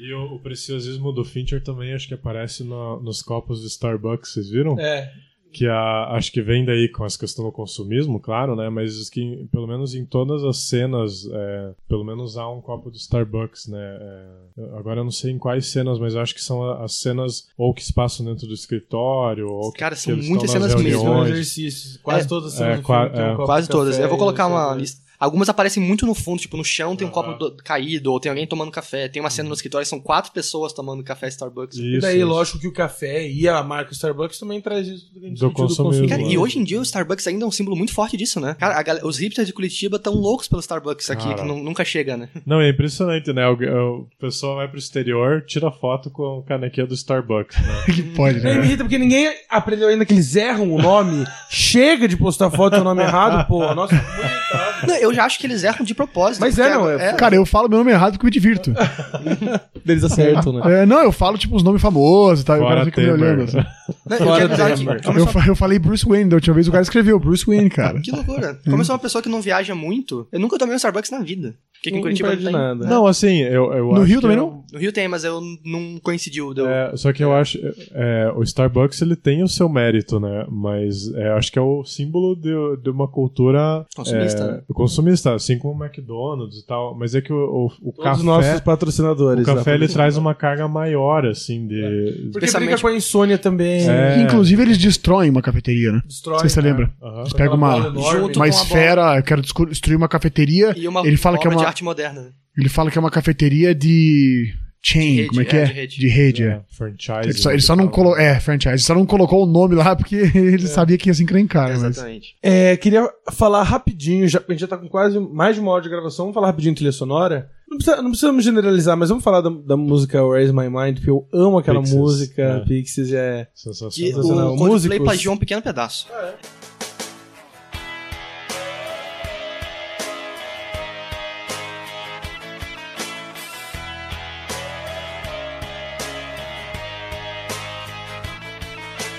S4: E o, o preciosismo do Fincher também acho que aparece na- nos copos do Starbucks, vocês viram?
S1: É.
S4: Que a- acho que vem daí com essa questão do consumismo, claro, né? Mas que pelo menos em todas as cenas, é, pelo menos há um copo do Starbucks, né? É, eu- agora eu não sei em quais cenas, mas eu acho que são a- as cenas ou que se passam dentro do escritório, ou que,
S3: Cara,
S4: um que
S3: são
S4: eles
S3: muitas
S4: estão nas
S3: cenas
S1: Eles
S3: mesmo.
S1: são
S4: reuniões.
S1: exercícios. É, Quase
S3: É.
S1: todas as cenas
S4: É,
S1: do filme
S4: qua-
S1: tem um
S4: é.
S1: copo de
S3: Quase todas.
S1: café, né?
S3: Eu vou colocar
S1: sabe?
S3: uma lista. Algumas aparecem muito no fundo, tipo, no chão tem um copo
S4: Aham.
S3: do- caído, ou tem alguém tomando café. Tem uma cena
S1: Uhum.
S3: no escritório, são quatro pessoas tomando café Starbucks.
S1: E
S4: Isso,
S1: daí,
S4: isso.
S1: lógico que o café e a marca Starbucks também traz isso tudo que a gente
S4: Do
S1: discutiu
S4: consumismo,
S3: Cara, e
S4: Boa.
S3: hoje em dia o Starbucks ainda é um símbolo muito forte disso, né? Cara, a gal- os hipsters de Curitiba estão loucos pelo Starbucks aqui,
S4: Cara.
S3: que nu- nunca chega, né?
S4: Não, é impressionante, né? O, o pessoal vai pro exterior, tira foto com a canequinha do Starbucks, né?
S2: que pode,
S1: Ele me
S2: né?
S1: irrita porque ninguém aprendeu ainda que eles erram o nome. Chega de postar foto com o nome errado, pô. Nossa, muito irritado.
S3: Não, eu já acho que eles erram de propósito.
S1: Mas
S3: porque
S1: é, não, é-
S2: Cara, eu falo meu nome errado porque eu me divirto.
S1: Eles acertam, né?
S2: É, não, eu falo, tipo, os nomes famosos e tal. e o cara
S4: Fora
S2: fica me olhando.
S4: Temer.
S2: assim.
S3: Não, né, eu
S1: Fora
S3: quero avisar
S1: Temer.
S3: que-
S2: Eu, fa- eu falei Bruce Wayne da última vez, o cara escreveu Bruce Wayne, cara.
S3: Que loucura. Como eu sou uma pessoa que não viaja muito, eu nunca tomei um Starbucks na vida. Porque aqui em
S1: Não
S3: Curitiba não
S1: perde
S3: tem.
S1: nada.
S4: Não, assim, eu, eu
S2: No
S4: acho
S2: Rio
S4: que
S2: também
S4: eu-
S2: não?
S3: No Rio tem, mas eu n- não coincidiu. Deu...
S4: É, só que eu acho. é, o Starbucks ele tem o seu mérito, né? Mas é, acho que é o símbolo de, de uma cultura.
S3: Consumista,
S4: é,
S3: né?
S4: Consumista, assim como o McDonald's e tal. Mas é que o, o, o
S1: Todos os
S4: café.
S1: nossos
S4: o
S1: patrocinadores.
S4: café é
S1: lá,
S4: ele
S1: por
S4: traz uma carga maior, assim, de.
S1: Porque
S3: Especialmente-
S1: brinca com a insônia também.
S4: É.
S2: Inclusive, eles destroem uma cafeteria, né?
S1: Destrói.
S2: Não sei se você
S1: né?
S2: lembra.
S4: Aham.
S2: Eles
S1: Com
S2: pegam
S1: aquela
S2: uma,
S1: bola enorme.
S3: Junto-
S2: uma
S3: com a
S2: esfera, eu quero descu-
S1: é.
S2: destruir uma cafeteria.
S3: E uma
S2: Ele fala
S3: obra
S2: que é
S3: de
S2: uma,
S3: arte moderna. né?
S2: ele fala que é uma cafeteria de chain,
S3: De rede,
S2: como é que
S3: é,
S2: é?
S3: de rede.
S2: é.
S4: Franchise.
S2: Ele só, ele
S4: né,
S2: só
S4: que
S2: não
S4: fala.
S2: colocou. É, franchise. Ele só não colocou o nome lá porque ele sabia que ia se encrencar, né? Mas...
S3: Exatamente.
S1: É, queria falar rapidinho, já, a gente já tá com quase mais de uma hora de gravação, vamos falar rapidinho de trilha sonora. Não, precisa, não precisamos generalizar, mas vamos falar da, da música Where's My Mind, porque eu amo aquela
S4: Pixies,
S1: música,
S4: né?
S1: Pixies, é...
S3: Que
S4: Sensacional.
S1: Sensacional.
S3: o Coldplay
S1: Músicos.
S3: plagiou um pequeno pedaço.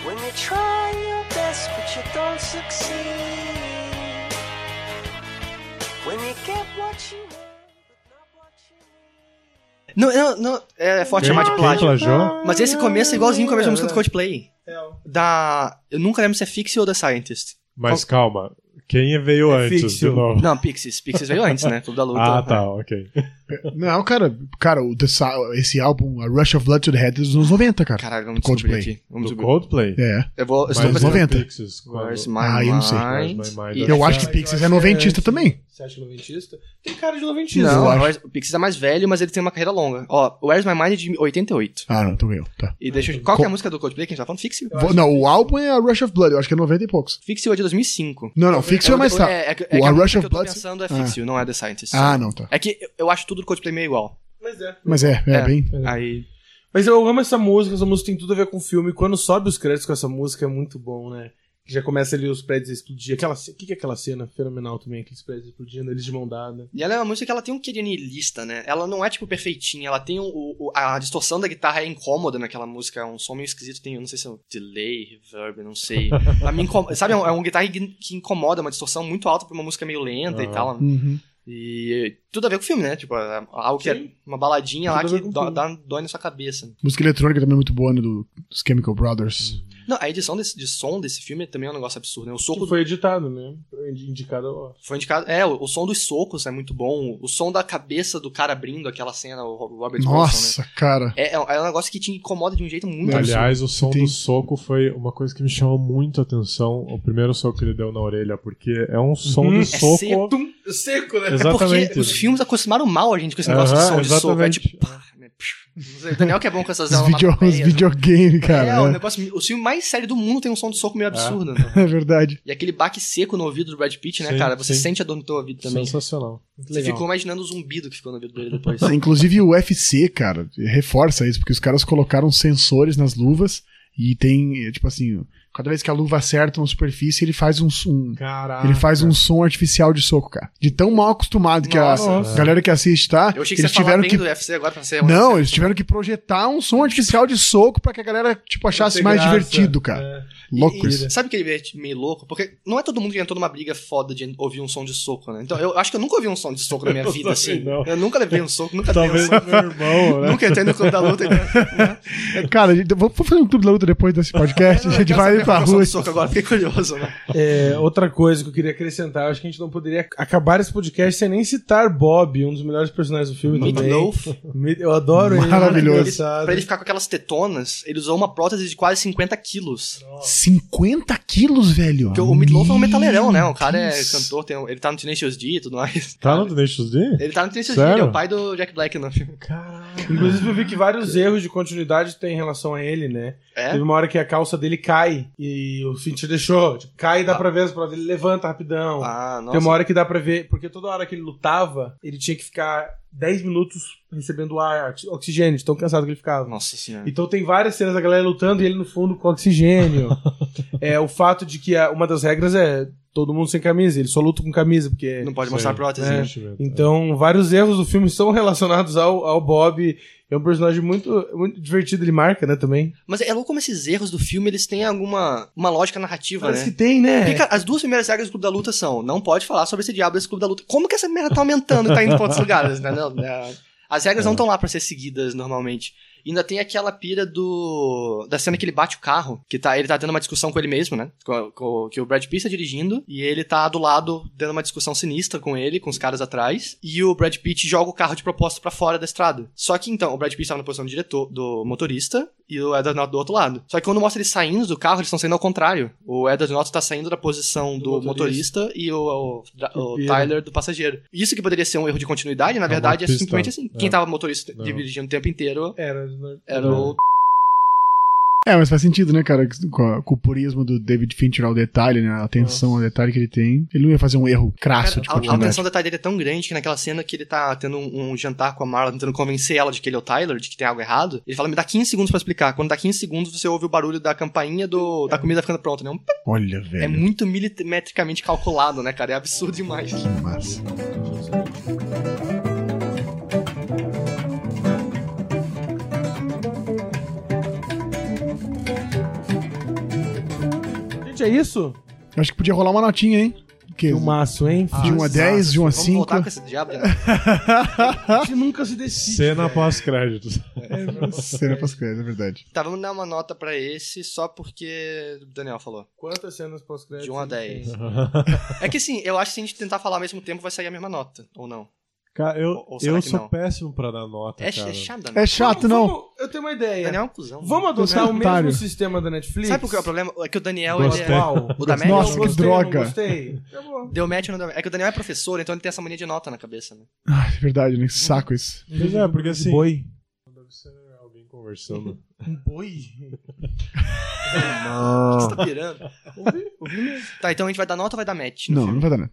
S7: When you try your best but you don't succeed. When you get what you want but not what you need.
S3: Não, não, não, é forte
S4: Quem-
S3: chamar de
S4: quem
S3: plágio.
S1: Ah.
S4: plagiou?
S3: Mas esse começo é igualzinho o começo da música do
S1: É.
S3: Coldplay. Da. Eu nunca lembro se é Fixie ou The Scientist.
S4: Mas calma, quem veio
S1: É
S4: antes
S1: fixo.
S4: de novo?
S3: Não, Pixies. Pixies veio antes, né? Clube da Luta.
S4: Ah, tá, ok.
S2: Não, cara, cara, o The Sa- esse álbum, A Rush of Blood to the Head, é dos anos 90, cara.
S3: Caralho, vamos
S2: Coldplay.
S3: descobrir aqui. Vamos
S4: Do
S3: descobrir.
S4: Coldplay?
S2: É.
S3: Eu vou. Eu estou
S4: Mas
S2: Mas
S3: fazendo-
S4: o
S2: 90.
S4: Pixies, quando-
S3: Where's my
S2: Ah, eu não sei.
S3: mind?
S4: Where's my mind?
S3: E-
S2: Eu acho que
S1: Mas
S2: Pixies
S1: eu
S2: é
S1: acho que
S2: noventista
S1: antes.
S2: também.
S1: Você acha que é noventista? Tem cara de noventista.
S2: eu
S3: Não,
S2: acho.
S3: Where's- o Pixies é mais velho, mas ele tem uma carreira longa. Ó, o Where's My Mind é de 88.
S2: Ah, não, então eu. Tá.
S3: E deixa eu... Qual que é a
S2: Co-
S3: música do Coldplay que a gente tá falando? Fixie?
S2: Vou- não, o álbum é A Rush of Blood, eu acho que é 90 e poucos.
S3: Fixie é de 2005.
S2: Não, não, Fix é
S3: outra-
S2: mais tarde.
S3: É, é, que- é
S2: O
S3: que
S2: A
S3: a música
S2: Rush
S3: que
S2: of
S3: eu tô
S2: Blood-
S3: pensando é
S2: Ah.
S3: Fixie, não é The Scientist.
S2: Ah, não, tá.
S3: É que eu- eu acho tudo do Coldplay meio igual.
S1: Mas é.
S2: Mas é, é, bem.
S3: Aí...
S1: Mas eu amo essa música, essa música tem tudo a ver com o filme. Quando sobe os créditos com essa música é muito bom, né? Que Já começa ali os prédios a explodir. Aquela, ce- o que que é aquela cena fenomenal também? Aqueles prédios explodindo, eles de mão dada.
S3: E ela é uma música que ela tem um querer niilista, né? Ela não é, tipo, perfeitinha. Ela tem um, o- o- a distorção da guitarra é incômoda naquela música. É um som meio esquisito. Tem, eu não sei se é um delay, reverb, não sei. Pra mim, incom- sabe? É um, é um guitarra que que incomoda. Uma distorção muito alta pra uma música meio lenta e
S4: Aham.
S3: tal.
S2: Uhum.
S3: E tudo a ver com o filme, né? Tipo, é algo que é
S1: Sim.
S3: uma baladinha lá
S1: Tudo a ver
S3: que
S1: com o
S3: dó-
S1: filme.
S3: dá, dói na sua cabeça.
S2: Música eletrônica também é muito boa, né? do- dos Chemical Brothers.
S3: Não, a edição desse, de som desse filme também é um negócio absurdo, né? O soco
S1: Que foi editado, né? Indicado ao
S3: Foi indicado. É, o, o som dos socos é muito bom. O som da cabeça do cara abrindo aquela cena, o Ro- Robert Wilson, né?
S2: Nossa, cara.
S3: É, é um- é um negócio que te incomoda de um jeito muito absurdo.
S4: Aliás, o som
S2: Tem-
S4: do soco foi uma coisa que me chamou muito a atenção. O primeiro soco que ele deu na orelha, porque é um som
S1: Uhum. É
S4: de soco.
S3: seco.
S1: Tum, seco, né?
S3: É
S4: Exatamente.
S3: porque os filmes acostumaram mal a gente com esse negócio de
S4: Aham,
S3: som de soco. É
S4: exatamente.
S3: tipo, pá, né? Psh. Não sei, O Daniel que é bom com essas
S2: Os, video, os
S3: onomatopeias, né?
S2: videogame, cara.
S3: É, o
S2: É,
S3: negócio. O filme mais sério do mundo tem um som de soco meio absurdo, né?
S2: é verdade.
S3: E aquele baque seco no ouvido do Brad Pitt, né,
S4: Sim,
S3: cara? Você
S4: sim.
S3: sente a dor no teu ouvido também.
S4: Sensacional. Muito
S3: Você
S4: legal.
S3: ficou imaginando o zumbido que ficou no ouvido dele depois.
S2: Inclusive o UFC, cara, reforça isso, porque os caras colocaram sensores nas luvas e tem, é, tipo assim, cada vez que a luva acerta uma superfície, ele faz um, um-
S4: Caraca.
S3: Ah,
S2: ele faz um som artificial de soco, cara. De tão mal acostumado que
S1: Nossa.
S2: a galera que assiste tá,
S3: Eu achei que
S2: eles
S3: você ia falar
S2: tiveram
S3: bem
S2: que
S3: do UFC agora pra ser
S2: Não, eles tiveram que projetar um som artificial de soco pra que a galera, tipo, achasse
S1: Tem
S2: mais
S1: graça.
S2: divertido, cara.
S1: É.
S2: Louco isso.
S3: E, sabe que ele é meio louco? Porque não é todo mundo que entrou numa briga foda de ouvir um som de soco, né? Então eu acho que eu nunca ouvi um som de soco na minha
S4: Eu também
S3: vida, assim.
S4: não.
S3: Eu nunca levei um soco, nunca levei
S4: Talvez
S3: um soco.
S4: meu irmão, né?
S3: Nunca entrei no clube da luta. Então, né?
S2: É, Cara, a gente- vamos fazer um clube da luta depois desse podcast, a gente
S3: Eu quero
S2: vai
S3: saber
S2: pra
S3: qual é o som
S2: rua.
S3: de soco agora, fiquei curioso, né?
S1: É, outra coisa que eu queria acrescentar, acho que a gente não poderia acabar esse podcast sem nem citar Bob, um dos melhores personagens do filme também.
S3: Meatloaf.
S1: Me- Eu adoro ele.
S2: Maravilhoso.
S1: muito engraçado.
S3: Pra ele ficar com aquelas tetonas, ele usou uma prótese de quase 50 quilos.
S2: 50 quilos, velho.
S3: Porque o Midloaf é um metaleirão, né? O cara é
S2: Deus.
S3: cantor, tem um- ele tá no Tenacious D e tudo mais.
S4: Tá no Tenacious D?
S3: Ele tá no Tenacious D,
S4: Sério?
S3: ele é o pai do Jack Black no filme.
S1: Inclusive, eu vi que vários erros de continuidade tem em relação a ele, né?
S3: É?
S1: Teve uma hora que a calça dele cai e o Fincher deixou. Tipo, cai e dá pra ver as provas. Ele levanta rapidão.
S3: Ah, nossa.
S1: Tem uma hora que dá pra ver, porque toda hora que ele lutava, ele tinha que ficar 10 minutos recebendo ar, oxi- oxigênio, de tão cansado que ele ficava.
S3: Nossa senhora.
S1: Então tem várias cenas da galera lutando e ele no fundo com oxigênio. é o fato de que a- uma das regras é todo mundo sem camisa, ele só luta com camisa, porque.
S3: Não pode mostrar a
S4: Sei.
S3: prótese.
S1: É.
S3: né?
S4: Sentimento.
S1: Então, vários erros do filme são relacionados ao, ao Bob. É um personagem muito, muito divertido, ele marca, né, também.
S3: Mas é louco como esses erros do filme, eles têm alguma uma lógica narrativa,
S1: Parece
S3: né?
S1: que tem, né?
S3: Porque, cara, as duas primeiras regras do Clube da Luta são não pode falar sobre esse diabo desse Clube da Luta. Como que essa
S1: É.
S3: merda tá aumentando e tá indo pra outros lugares, né? Não, é, as regras não estão lá pra ser seguidas normalmente. E ainda tem aquela pira do. da cena que ele bate o carro, que tá, ele tá tendo uma discussão com ele mesmo, né? Com- com- que o Brad Pitt tá dirigindo, e ele tá do lado, dando uma discussão sinistra com ele, com os caras atrás, e o Brad Pitt joga o carro de propósito pra fora da estrada. Só que então, o Brad Pitt tava na posição do diretor, do motorista, e o Edward Norton do outro lado. Só que quando mostra eles saindo do carro, eles estão saindo ao contrário. O Edward Norton tá saindo da posição do,
S1: Do
S3: motorista. e o, o- o
S1: pira.
S3: Tyler do passageiro. Isso que poderia ser um erro de continuidade, na
S4: uma
S3: verdade, é
S4: pista.
S3: simplesmente assim.
S4: É.
S3: Quem tava motorista
S4: Não.
S3: dirigindo o tempo inteiro
S1: Era.
S3: era o.
S2: É, mas faz sentido, né, cara? Com, a- com o purismo do David Fincher ao detalhe, né? A atenção ao detalhe que ele tem. Ele não ia fazer um erro crasso
S3: Cara,
S2: né? de
S3: a, a
S2: continuidade.
S3: atenção do Tyler é tão grande que naquela cena que ele tá tendo um, um jantar com a Marla, tentando convencer ela de que ele é o Tyler, de que tem algo errado, ele fala: me dá 15 segundos pra explicar. Quando dá 15 segundos, você ouve o barulho da campainha do, da comida ficando pronta, né? Um pé.
S2: Olha,
S3: É
S2: velho.
S3: muito milimetricamente calculado, né, cara? É absurdo demais.
S2: que massa.
S1: Gente, é isso?
S2: Eu acho que podia rolar uma notinha, hein? Que,
S1: Filmaço, hein?
S2: de 1 a 10, de 1 a
S3: Ah, Vamos
S2: 5.
S3: voltar com esse diabo, né?
S1: A gente nunca se decide.
S4: Cena pós-créditos.
S2: Será pras coisas, é verdade.
S3: Tá, vamos dar uma nota pra esse só porque o Daniel falou.
S1: Quantas cenas pós-crédito?
S3: De 1 a
S1: ele tem?
S3: 10. É que assim, eu acho que se a gente tentar falar ao mesmo tempo vai sair a mesma nota, ou não.
S4: Cara, eu,
S3: Ou- ou será
S4: eu
S3: que
S4: sou
S3: não?
S4: péssimo pra dar nota,
S3: É,
S4: cara.
S3: é chato, né?
S2: É chato,
S1: Vamos-
S2: não.
S1: Eu tenho uma ideia.
S3: Daniel é um cuzão. né?
S1: Vamos
S2: Você é
S1: adotar
S2: um
S1: o mesmo
S2: otário.
S1: sistema da Netflix?
S3: Sabe qual que é o problema? É que o Daniel, ele
S4: Gostei.
S3: é...
S1: Uau.
S3: O da média
S2: Nossa,
S1: eu
S2: que
S1: gostei,
S2: droga.
S1: Eu não gostei. Acabou.
S3: Deu match no... É que o Daniel é professor, então ele tem essa mania de nota na cabeça, né?
S2: Ah, é verdade, né? Que saco isso.
S4: Pois é, porque assim.
S1: Boi.
S4: Deve ser alguém conversando.
S1: Um boi?
S3: Você tá pirando. tá, então a gente vai dar nota ou vai dar match? no
S2: Não,
S3: filme?
S2: não vai dar nada.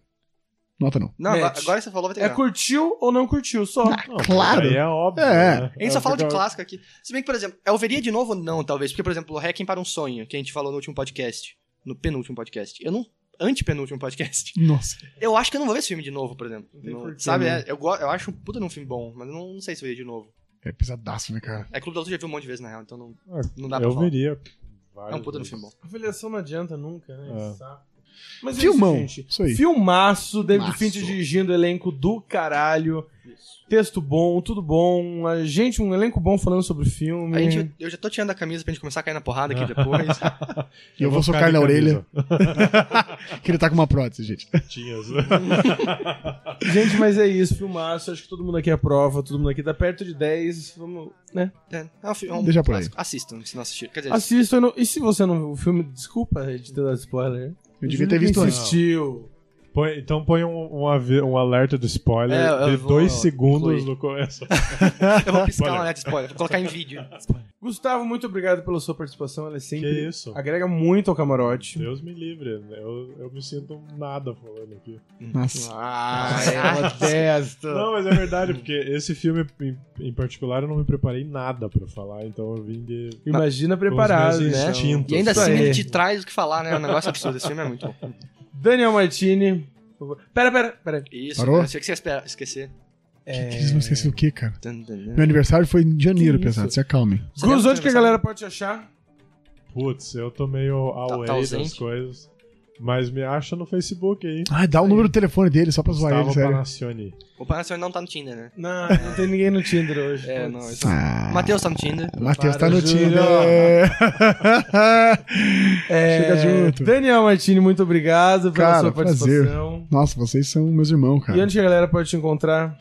S2: Nota não.
S3: Não, agora,
S1: Match.
S3: agora que você falou, vai ter que
S1: É
S3: dar.
S1: curtiu ou não curtiu, só.
S4: Não,
S2: Claro.
S4: Aí é óbvio.
S2: É.
S4: né?
S3: A gente só
S4: É,
S3: fala de
S4: porque-
S3: clássico aqui. Se bem que, por exemplo, eu veria de novo? Não, talvez. Porque, por exemplo, o Hacking para um Sonho, que a gente falou no último podcast. No penúltimo podcast. Eu não... Antepenúltimo podcast.
S2: Nossa.
S3: Eu acho que eu não vou ver esse filme de novo, por exemplo.
S1: tem
S3: Não-
S1: porquê,
S3: sabe?
S1: né?
S3: é, eu, go- eu acho um puta num filme bom, mas eu não, não sei se eu ia de novo.
S2: É pesadaço, né, cara?
S3: É Clube da Luta eu já vi um monte de vezes, na real, então não,
S4: Ah,
S3: não dá pra
S4: Eu
S3: falar.
S4: veria.
S3: É um puta no
S4: no
S3: filme bom.
S1: Avaliação não adianta nunca, né?
S4: É.
S1: Saco. Mas
S2: Filmão.
S1: É isso, gente.
S2: Isso aí.
S1: Filmaço, David
S2: Maço.
S1: Fincher dirigindo, elenco do caralho. Texto bom, tudo bom. A gente, um elenco bom falando sobre o filme.
S3: A gente, eu já tô tirando a camisa pra gente começar a cair na porrada aqui depois.
S2: E eu vou socar na orelha, que ele tá com uma prótese, gente.
S4: né?
S1: Gente, mas é isso, filmaço. Acho que todo mundo aqui aprova, todo mundo aqui tá perto de 10. Vamos, né?
S3: é, é um, fi- é um
S2: Deixa por aí.
S3: clássico. Assistam, se não assistir. Quer dizer,
S1: Assistam. e não- E se você não viu o filme, desculpa de ter dado spoiler.
S2: Eu devia ter visto antes.
S1: Assistiu.
S4: Põe- então põe um, um, avi- um alerta de spoiler
S3: É, eu
S4: de
S3: vou
S4: dois segundos
S3: incluir.
S4: no começo.
S3: eu vou piscar
S4: Olha.
S3: uma net spoiler, vou colocar em vídeo.
S1: Gustavo, muito obrigado pela sua participação. Ela é sempre.
S4: Que isso?
S1: Agrega muito ao camarote.
S4: Deus me livre. Eu, eu me sinto um nada falando aqui.
S2: Nossa.
S1: Ah, é modesto.
S3: Tá.
S4: Não, mas é verdade, porque esse filme em, em particular eu não me preparei nada pra falar, então eu vim de.
S1: Tá. Imagina preparado,
S4: meus
S1: né?
S4: instintos.
S3: E ainda
S1: Isso
S3: assim
S1: aí.
S3: ele te traz o que falar, né? É um negócio absurdo. Esse filme é muito bom.
S1: Daniel Martini. por favor. Pera, pera, pera.
S3: Isso,
S2: Parou?
S3: eu achei que você ia espera- esquecer.
S2: Que eles vão esquecer o quê, cara?
S3: Dun, dun, dun.
S2: Meu aniversário foi em janeiro,
S1: Que isso?
S2: pesado. Se acalmem.
S3: Você
S1: Gus,
S3: lembra
S1: onde
S3: do
S1: que a
S3: aniversário?
S1: galera pode te achar?
S4: Tá, Putz, eu tô meio away das
S3: Tá ausente?
S4: coisas. Mas me acha no Facebook aí.
S2: Ah, dá o número do telefone dele só pra zoar ele,
S4: Gustavo
S2: sério.
S4: Panacione.
S3: O Panacione não tá no Tinder, né?
S1: Não, não tem ninguém no Tinder hoje.
S3: É,
S1: Putz.
S3: não. Isso...
S2: Ah,
S3: Matheus tá no Tinder.
S2: Matheus tá no
S1: Para, Júlio.
S2: Tinder.
S1: É,
S2: Chega junto.
S1: Daniel Martini, muito obrigado pela
S2: Cara,
S1: sua
S2: prazer.
S1: participação.
S2: Nossa, vocês são meus irmãos,
S1: E
S2: cara.
S1: onde que a galera pode te encontrar?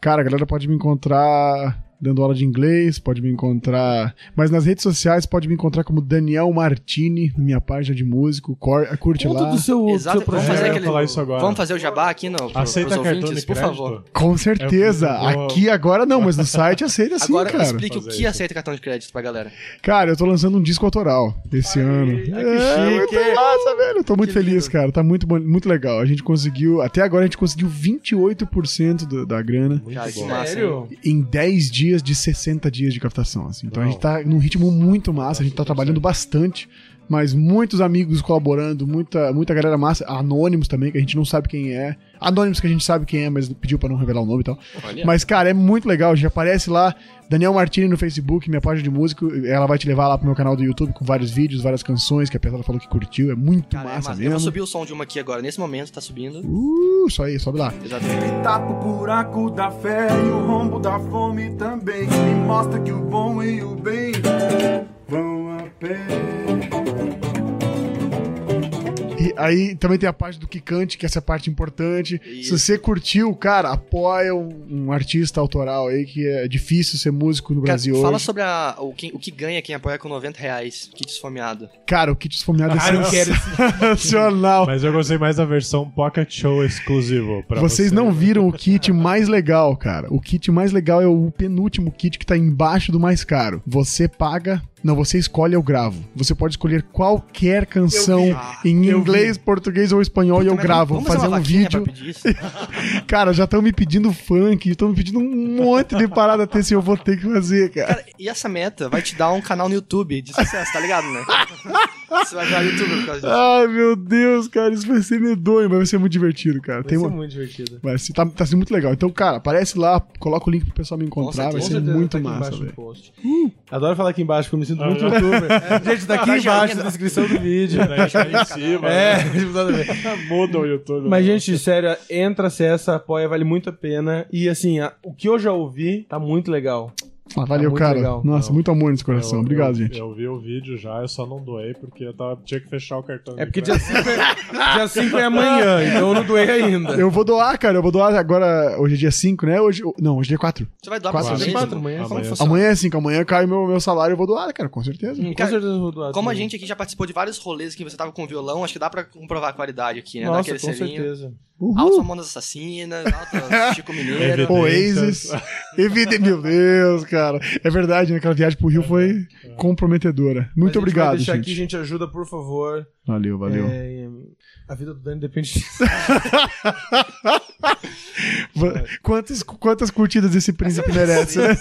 S2: Cara, a galera pode me encontrar dando aula de inglês, pode me encontrar. Mas nas redes sociais pode me encontrar como Daniel Martini, na minha página de músico. Cor... Curte
S1: Conta
S2: lá.
S1: do seu, do
S3: Exato,
S1: seu
S3: vamos
S1: projeto.
S3: fazer
S4: É, eu ia
S3: aquele.
S4: falar isso agora.
S3: Vamos fazer o jabá aqui no, pro,
S4: Aceita
S3: pros
S4: cartão
S3: ouvintes,
S4: de
S3: por
S4: crédito?
S3: favor.
S2: Com certeza.
S4: É, eu vou-
S2: Aqui agora não, mas no site aceita sim,
S3: Agora
S2: cara.
S3: explique o
S4: Fazer
S3: que
S4: isso.
S3: aceita cartão de crédito pra galera.
S2: Cara, eu tô lançando um disco autoral desse ano.
S1: ai, que
S2: é,
S1: chique.
S2: muito massa, velho. Eu tô muito
S3: Que
S2: feliz,
S3: lindo.
S2: cara. Tá muito, bom- muito legal. A gente conseguiu, até agora a gente conseguiu 28% do- da grana
S4: Muito
S3: Cara, que
S4: bom.
S3: massa.
S1: Sério?
S2: em 10 dias de 60 dias de captação. assim. Então a
S4: Uau.
S2: gente tá num ritmo muito massa, a gente tá
S4: Nossa,
S2: trabalhando
S4: certo.
S2: bastante Mas muitos amigos colaborando, muita, muita galera massa. Anônimos também, que a gente não sabe quem é. Anônimos que a gente sabe quem é, mas pediu pra não revelar o nome e tal.
S3: Olha.
S2: Mas, cara, é muito legal. Já aparece lá Daniel Martini no Facebook, minha página de músico. Ela vai te levar lá pro meu canal do YouTube com vários vídeos, várias canções que a pessoa falou que curtiu. É muito
S3: Cara, é
S2: massa
S3: massa. Eu vou
S2: mesmo.
S3: subir o som de uma aqui agora, nesse momento, tá subindo.
S2: Uh, só aí, sobe lá.
S3: Exatamente.
S8: tapa o buraco da fé e o rombo da fome também. Me mostra que o bom e o bem vão a pé.
S2: E aí também tem a parte do Kikante, que essa é a parte importante.
S3: Isso.
S2: Se você curtiu, cara, apoia um, um artista autoral aí, que é difícil ser músico no
S3: Cara,
S2: Brasil
S3: fala
S2: hoje.
S3: sobre a- o, quem- o que ganha quem apoia com 90 reais, kit esfomeado.
S2: Cara, o kit esfomeado é
S1: Ah, eu quero esse-
S2: sensacional.
S4: Mas eu gostei mais da versão Pocket Show exclusivo pra
S2: Vocês
S4: você.
S2: não viram o kit mais legal, cara. O kit mais legal é o penúltimo kit que tá embaixo do mais caro. Você paga. Não, você escolhe eu gravo. Você pode escolher qualquer canção
S3: Ah,
S2: em inglês, português ou espanhol e eu
S3: Mas
S2: gravo. Vou
S3: vamos fazer
S2: fazer
S3: uma
S2: um
S3: vaquinha
S2: vídeo.
S3: pra pedir isso?
S2: Cara, já estão me pedindo funk, estão me pedindo um monte de parada até se eu vou ter que fazer, cara.
S3: Cara, e essa meta vai te dar um canal no YouTube de sucesso, tá ligado, né? Você vai virar youtuber por causa disso.
S2: Ai, meu Deus, cara, isso vai ser medonho, mas vai ser muito divertido, cara. Tem uma...
S1: muito divertido.
S2: Vai ser, tá, tá sendo muito legal. Então, cara, aparece lá, coloca o link pro pessoal me encontrar,
S3: Com
S2: vai
S3: certeza,
S2: ser
S1: tá
S2: muito massa, velho. Uh! Ah.
S1: Adoro falar aqui embaixo, porque eu me sinto muito youtuber. Gente, tá aqui
S3: Dá
S1: embaixo
S3: joinha,
S1: na
S3: dá-
S1: descrição do vídeo.
S4: Tá em cima.
S1: É, nada a ver.
S4: Muda o YouTube.
S1: Mas, gente, sério, entra, acessa, apoia, vale muito a pena. E, assim, a- o que eu já ouvi tá muito legal.
S2: Ah, valeu,
S1: muito
S2: cara.
S1: legal.
S2: Nossa,
S4: Não.
S2: muito amor nesse
S4: Eu-
S2: coração. Obrigado,
S4: eu-
S2: gente.
S4: Eu vi o vídeo já, eu só não doei porque eu tava, tinha que fechar o cartão.
S1: É
S4: de
S1: porque dia
S4: crédito.
S1: 5 é, dia cinco é amanhã, então eu não doei ainda.
S2: Eu vou doar, cara. Eu vou doar agora. Hoje é dia 5, né? Hoje, não, hoje é dia 4.
S3: Você vai doar pra
S2: Quatro,
S3: você
S1: Dia
S3: mesmo?
S1: quatro, amanhã.
S4: Amanhã.
S3: Como, funciona?
S2: Amanhã é 5. Amanhã cai meu, meu salário. Eu vou doar, cara, com certeza.
S1: Hum, Com
S3: Cara,
S1: certeza eu vou doar.
S3: Como a
S1: também.
S3: gente aqui já participou de vários rolês que você tava com violão, acho que dá pra comprovar a qualidade aqui, né? Dá
S1: Nossa,
S3: aquele
S1: com
S3: selinho.
S1: certeza.
S3: Altas
S2: Uhul.
S3: Mamonas Assassinas, Altas Chico Mineiro.
S4: Evidências.
S2: Oasis. Evidente. Meu Deus, cara. É verdade, né? Aquela viagem pro Rio foi comprometedora.
S1: Mas a gente
S2: Muito
S1: vai
S2: obrigado,
S1: deixar
S2: gente.
S1: aqui, gente, ajuda, por favor.
S2: Valeu, valeu.
S1: É, a vida do Dani depende disso.
S2: Va- Quantas, quantas curtidas esse príncipe
S3: é
S2: merece, né?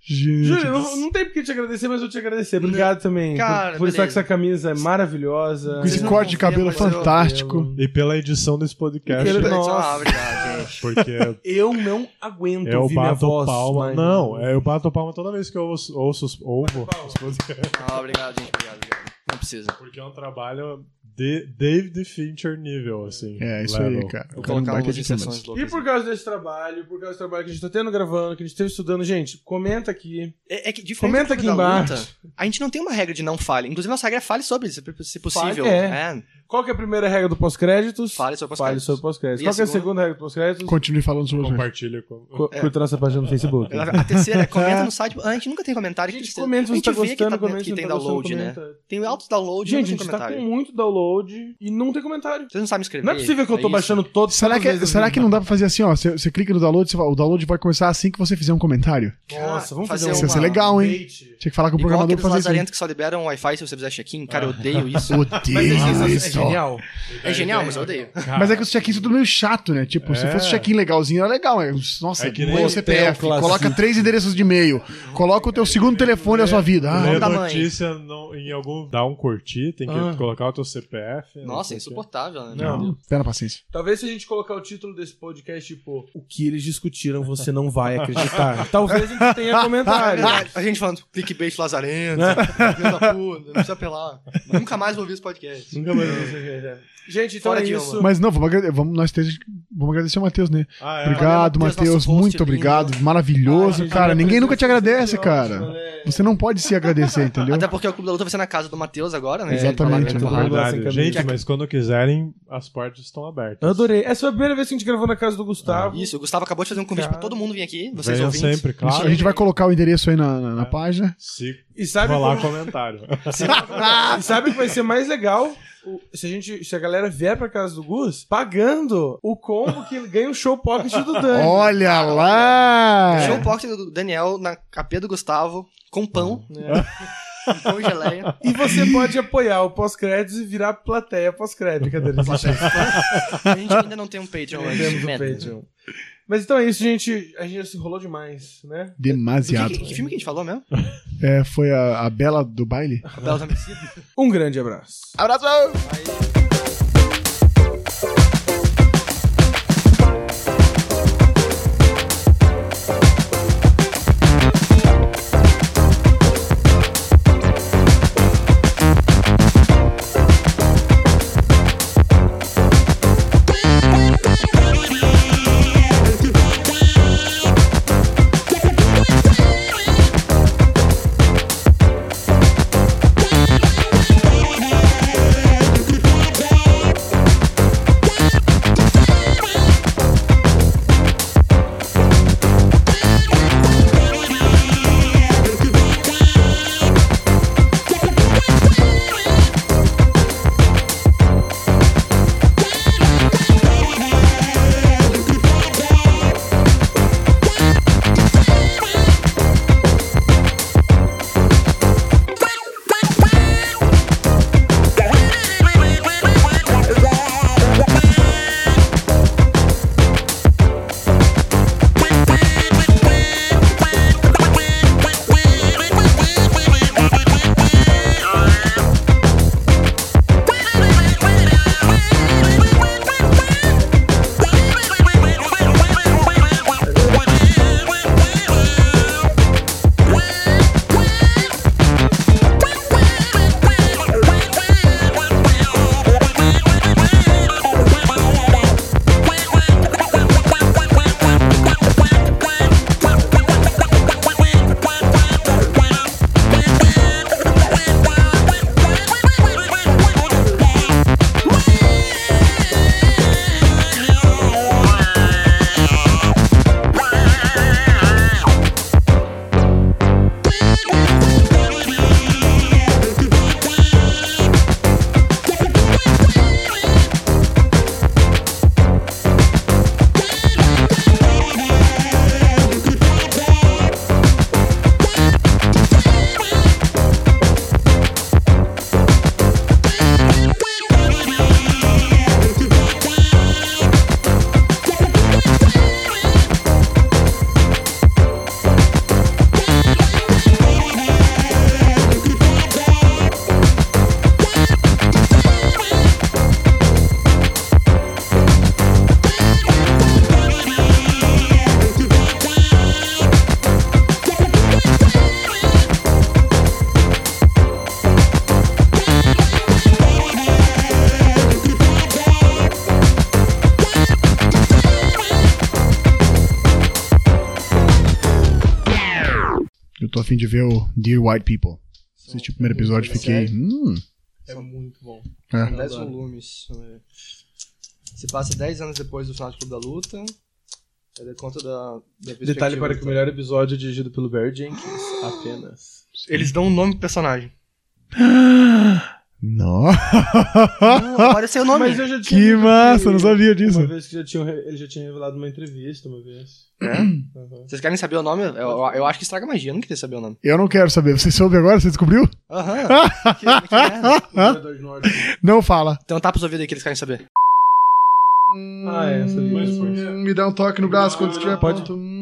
S2: gente.
S1: Júlio, não, não tem porque te agradecer, mas eu te agradecer. Obrigado também.
S3: Cara,
S1: por por estar com
S3: beleza.
S1: essa camisa maravilhosa.
S2: com esse
S3: Vocês não
S2: corte de
S3: vão ver,
S2: cabelo
S3: mas eu-
S2: fantástico.
S4: E pela edição desse podcast.
S1: Pela-
S3: Nossa.
S1: Nossa.
S3: Ah, obrigado,
S4: Porque
S3: gente.
S1: Eu não aguento
S2: É
S4: eu
S1: ouvir minha
S4: bato
S1: voz.
S4: palma.
S1: mais.
S4: Não, é, eu bato palma toda vez que eu ouço, ouço os- ouvo os podcasts.
S3: Ah, obrigado, gente. Obrigado, obrigado. Não precisa.
S4: Porque é um trabalho de David Fincher nível, assim.
S2: É, isso
S4: level.
S2: aí, cara. O
S3: Vou
S2: cara é um
S3: colocar
S2: baita
S3: umas
S2: de filmes.
S3: inserções
S1: E
S3: loucas.
S1: por causa desse trabalho, por causa do trabalho que a gente tá tendo gravando, que a gente teve estudando, gente, comenta aqui.
S3: É, é que diferente
S1: Comenta
S3: do
S1: aqui
S3: Clube da
S1: embaixo.
S3: Luta, a gente não tem uma regra de não fale. Inclusive, nossa regra é fale sobre isso, se possível.
S1: Fale,
S3: é.
S1: Qual que é a primeira regra do pós-créditos?
S3: Fale sobre os
S1: Fale
S3: créditos.
S1: sobre pós-créditos.
S3: E
S1: Qual
S3: a
S1: que é a
S3: segunda? É.
S1: segunda regra do pós-créditos?
S2: Continue falando sobre os
S4: Compartilha com.
S1: Co Curta nossa página no Facebook.
S3: A terceira é comenta no site. Ah, A gente nunca tem
S1: A
S3: comentário. que
S1: gente
S3: tristeza.
S1: comenta se
S3: a
S1: você
S3: gente
S1: tá
S3: vê que,
S1: gostando,
S3: tá,
S1: comenta se
S3: que
S1: não
S3: tem
S1: tá
S3: download,
S1: gostando,
S3: né?
S1: comenta.
S3: Tem alto download,
S1: Gente, a
S3: nunca tem
S1: gente tá
S3: comentário.
S1: com muito download e não tem comentário.
S3: Vocês não sabem escrever.
S1: Não é possível que eu tô
S3: isso?
S1: baixando todo
S2: Será
S1: todas as
S2: que, é-
S1: vezes
S2: será
S1: do-
S2: que não dá pra fazer assim, ó? Você, você clica no download, você fala, o download vai começar assim que você fizer um comentário.
S1: Nossa, vamos
S3: Fazer
S1: fazer, um.
S2: Isso ia ser legal, hein? Tinha que falar com o
S3: Igual
S2: programador
S3: aqueles
S2: pra fazer isso.
S3: lazarentos que só liberam Wi-Fi se você fizer check-in.
S1: Ah.
S3: Cara, eu odeio isso.
S2: Odeio
S1: É
S2: isso.
S1: genial.
S3: É genial, mas eu odeio.
S2: Mas é que os check-ins são tudo meio chato, né? Tipo, se
S4: É.
S2: fosse check-in legalzinho, era legal. Mas, nossa,
S4: É que nem
S2: põe o
S4: hotel
S2: CPF,
S1: clássico.
S2: coloca três endereços de e-mail, coloca o teu segundo telefone da sua vida. Ah,
S4: Lê
S3: da mãe.
S4: notícia não- em algum. Dá um curtir, tem que
S1: Ah.
S4: colocar o teu CPF. não
S3: Nossa,
S4: sei
S3: é
S4: o quê.
S3: insuportável, né?
S1: Não.
S2: Pera, paciência.
S1: Talvez se a gente colocar o título desse podcast, tipo, o que eles discutiram, você não vai acreditar. Talvez a gente tenha
S3: Ah, é
S1: comentário.
S3: verdade. a gente falando clickbait lazarento, filho da puta, não precisa apelar. Nunca mais vou ouvir esse podcast.
S1: Nunca mais vou ver. Gente, então
S3: Fora
S1: é
S3: Dilma.
S1: isso.
S2: Mas não, vamos, agrade- vamos- nós três vamos agradecer o Matheus, né?
S4: Ah, é.
S2: Obrigado,
S3: Valeu, Matheus, nosso
S2: Matheus.
S3: host né?
S2: Muito
S3: lindo.
S2: obrigado. Maravilhoso,
S1: Ah,
S2: cara.
S1: gente,
S2: Ninguém nunca te
S1: minha
S2: agradece,
S1: presença foi
S2: cara.
S1: ótima, né?
S2: Você não pode se agradecer, entendeu?
S3: Até porque o Clube da Luta vai ser na casa do Matheus agora, né?
S2: Exatamente,
S3: Ele tá lá
S2: né?
S3: dentro do
S1: Verdade.
S3: ar.
S1: sem
S4: Verdade.
S1: camisa.
S4: Gente, mas quando quiserem, as portas estão abertas.
S1: Eu adorei. Essa foi a primeira vez que a gente gravou na casa do Gustavo.
S3: Isso, o Gustavo acabou de fazer um convite pra todo mundo vir aqui, vocês
S4: Venham
S3: ouvintes.
S4: sempre,
S2: Isso,
S4: claro.
S2: a gente vai colocar o endereço aí na, na- na página.
S4: Se
S1: E sabe,
S4: rolar
S1: como-
S4: comentário.
S1: e sabe o que vai ser mais legal? O- Se a, gente, se a galera vier pra casa do Gus, pagando o combo que ganha o show pocket do Dani.
S2: Olha lá! É.
S3: Showbox do Daniel na AP do Gustavo, com pão. pão e geleia.
S1: E você pode apoiar o pós-crédito e virar plateia pós-crédito. Cadê?
S3: A gente ainda não tem um Patreon
S1: Temos
S3: antes.
S1: o
S3: Meta.
S1: Patreon. Mas então é isso, gente. A gente se enrolou demais, né?
S3: Do
S9: Demasiado.
S3: Que, que, que filme que a gente falou mesmo?
S9: É, foi a, a Bela do baile?
S3: A Bela da Mercedes?
S1: Um grande abraço.
S9: Eu tô afim de ver o Dear White People. Assisti o primeiro episódio e fiquei. Hum.
S1: É muito bom.
S9: É.
S3: São 10
S1: Adoro.
S3: volumes. Deixa eu ver. Se passa 10 anos depois do final de Clube da Luta. Ele conta da, da
S1: Detalhe
S3: perspectiva
S1: para
S3: do-
S1: que o melhor episódio é dirigido pelo Barry Jenkins apenas.
S3: Eles dão um nome pro personagem.
S9: Nossa!
S3: Olha seu nome.
S1: eu já
S9: Que
S1: lido
S9: massa,
S1: que-
S9: não sabia disso.
S1: Uma vez que já tinham, re- ele já tinha revelado uma entrevista, uma vez. Aham.
S3: Vocês querem saber o nome? Eu, eu- eu acho que estraga a magia, eu não queria saber o nome.
S9: Eu não quero saber. Você soube agora? Você descobriu?
S3: Aham. que, que merda.
S1: O Corredor Norte.
S9: Não fala.
S3: Então tá pros ouvidos aí que eles querem saber.
S1: Ah, é, sabia.
S10: Mas por quê?
S9: Hum, Me dá um toque no braço quando estiver
S1: Pode-
S9: pronto. Hum.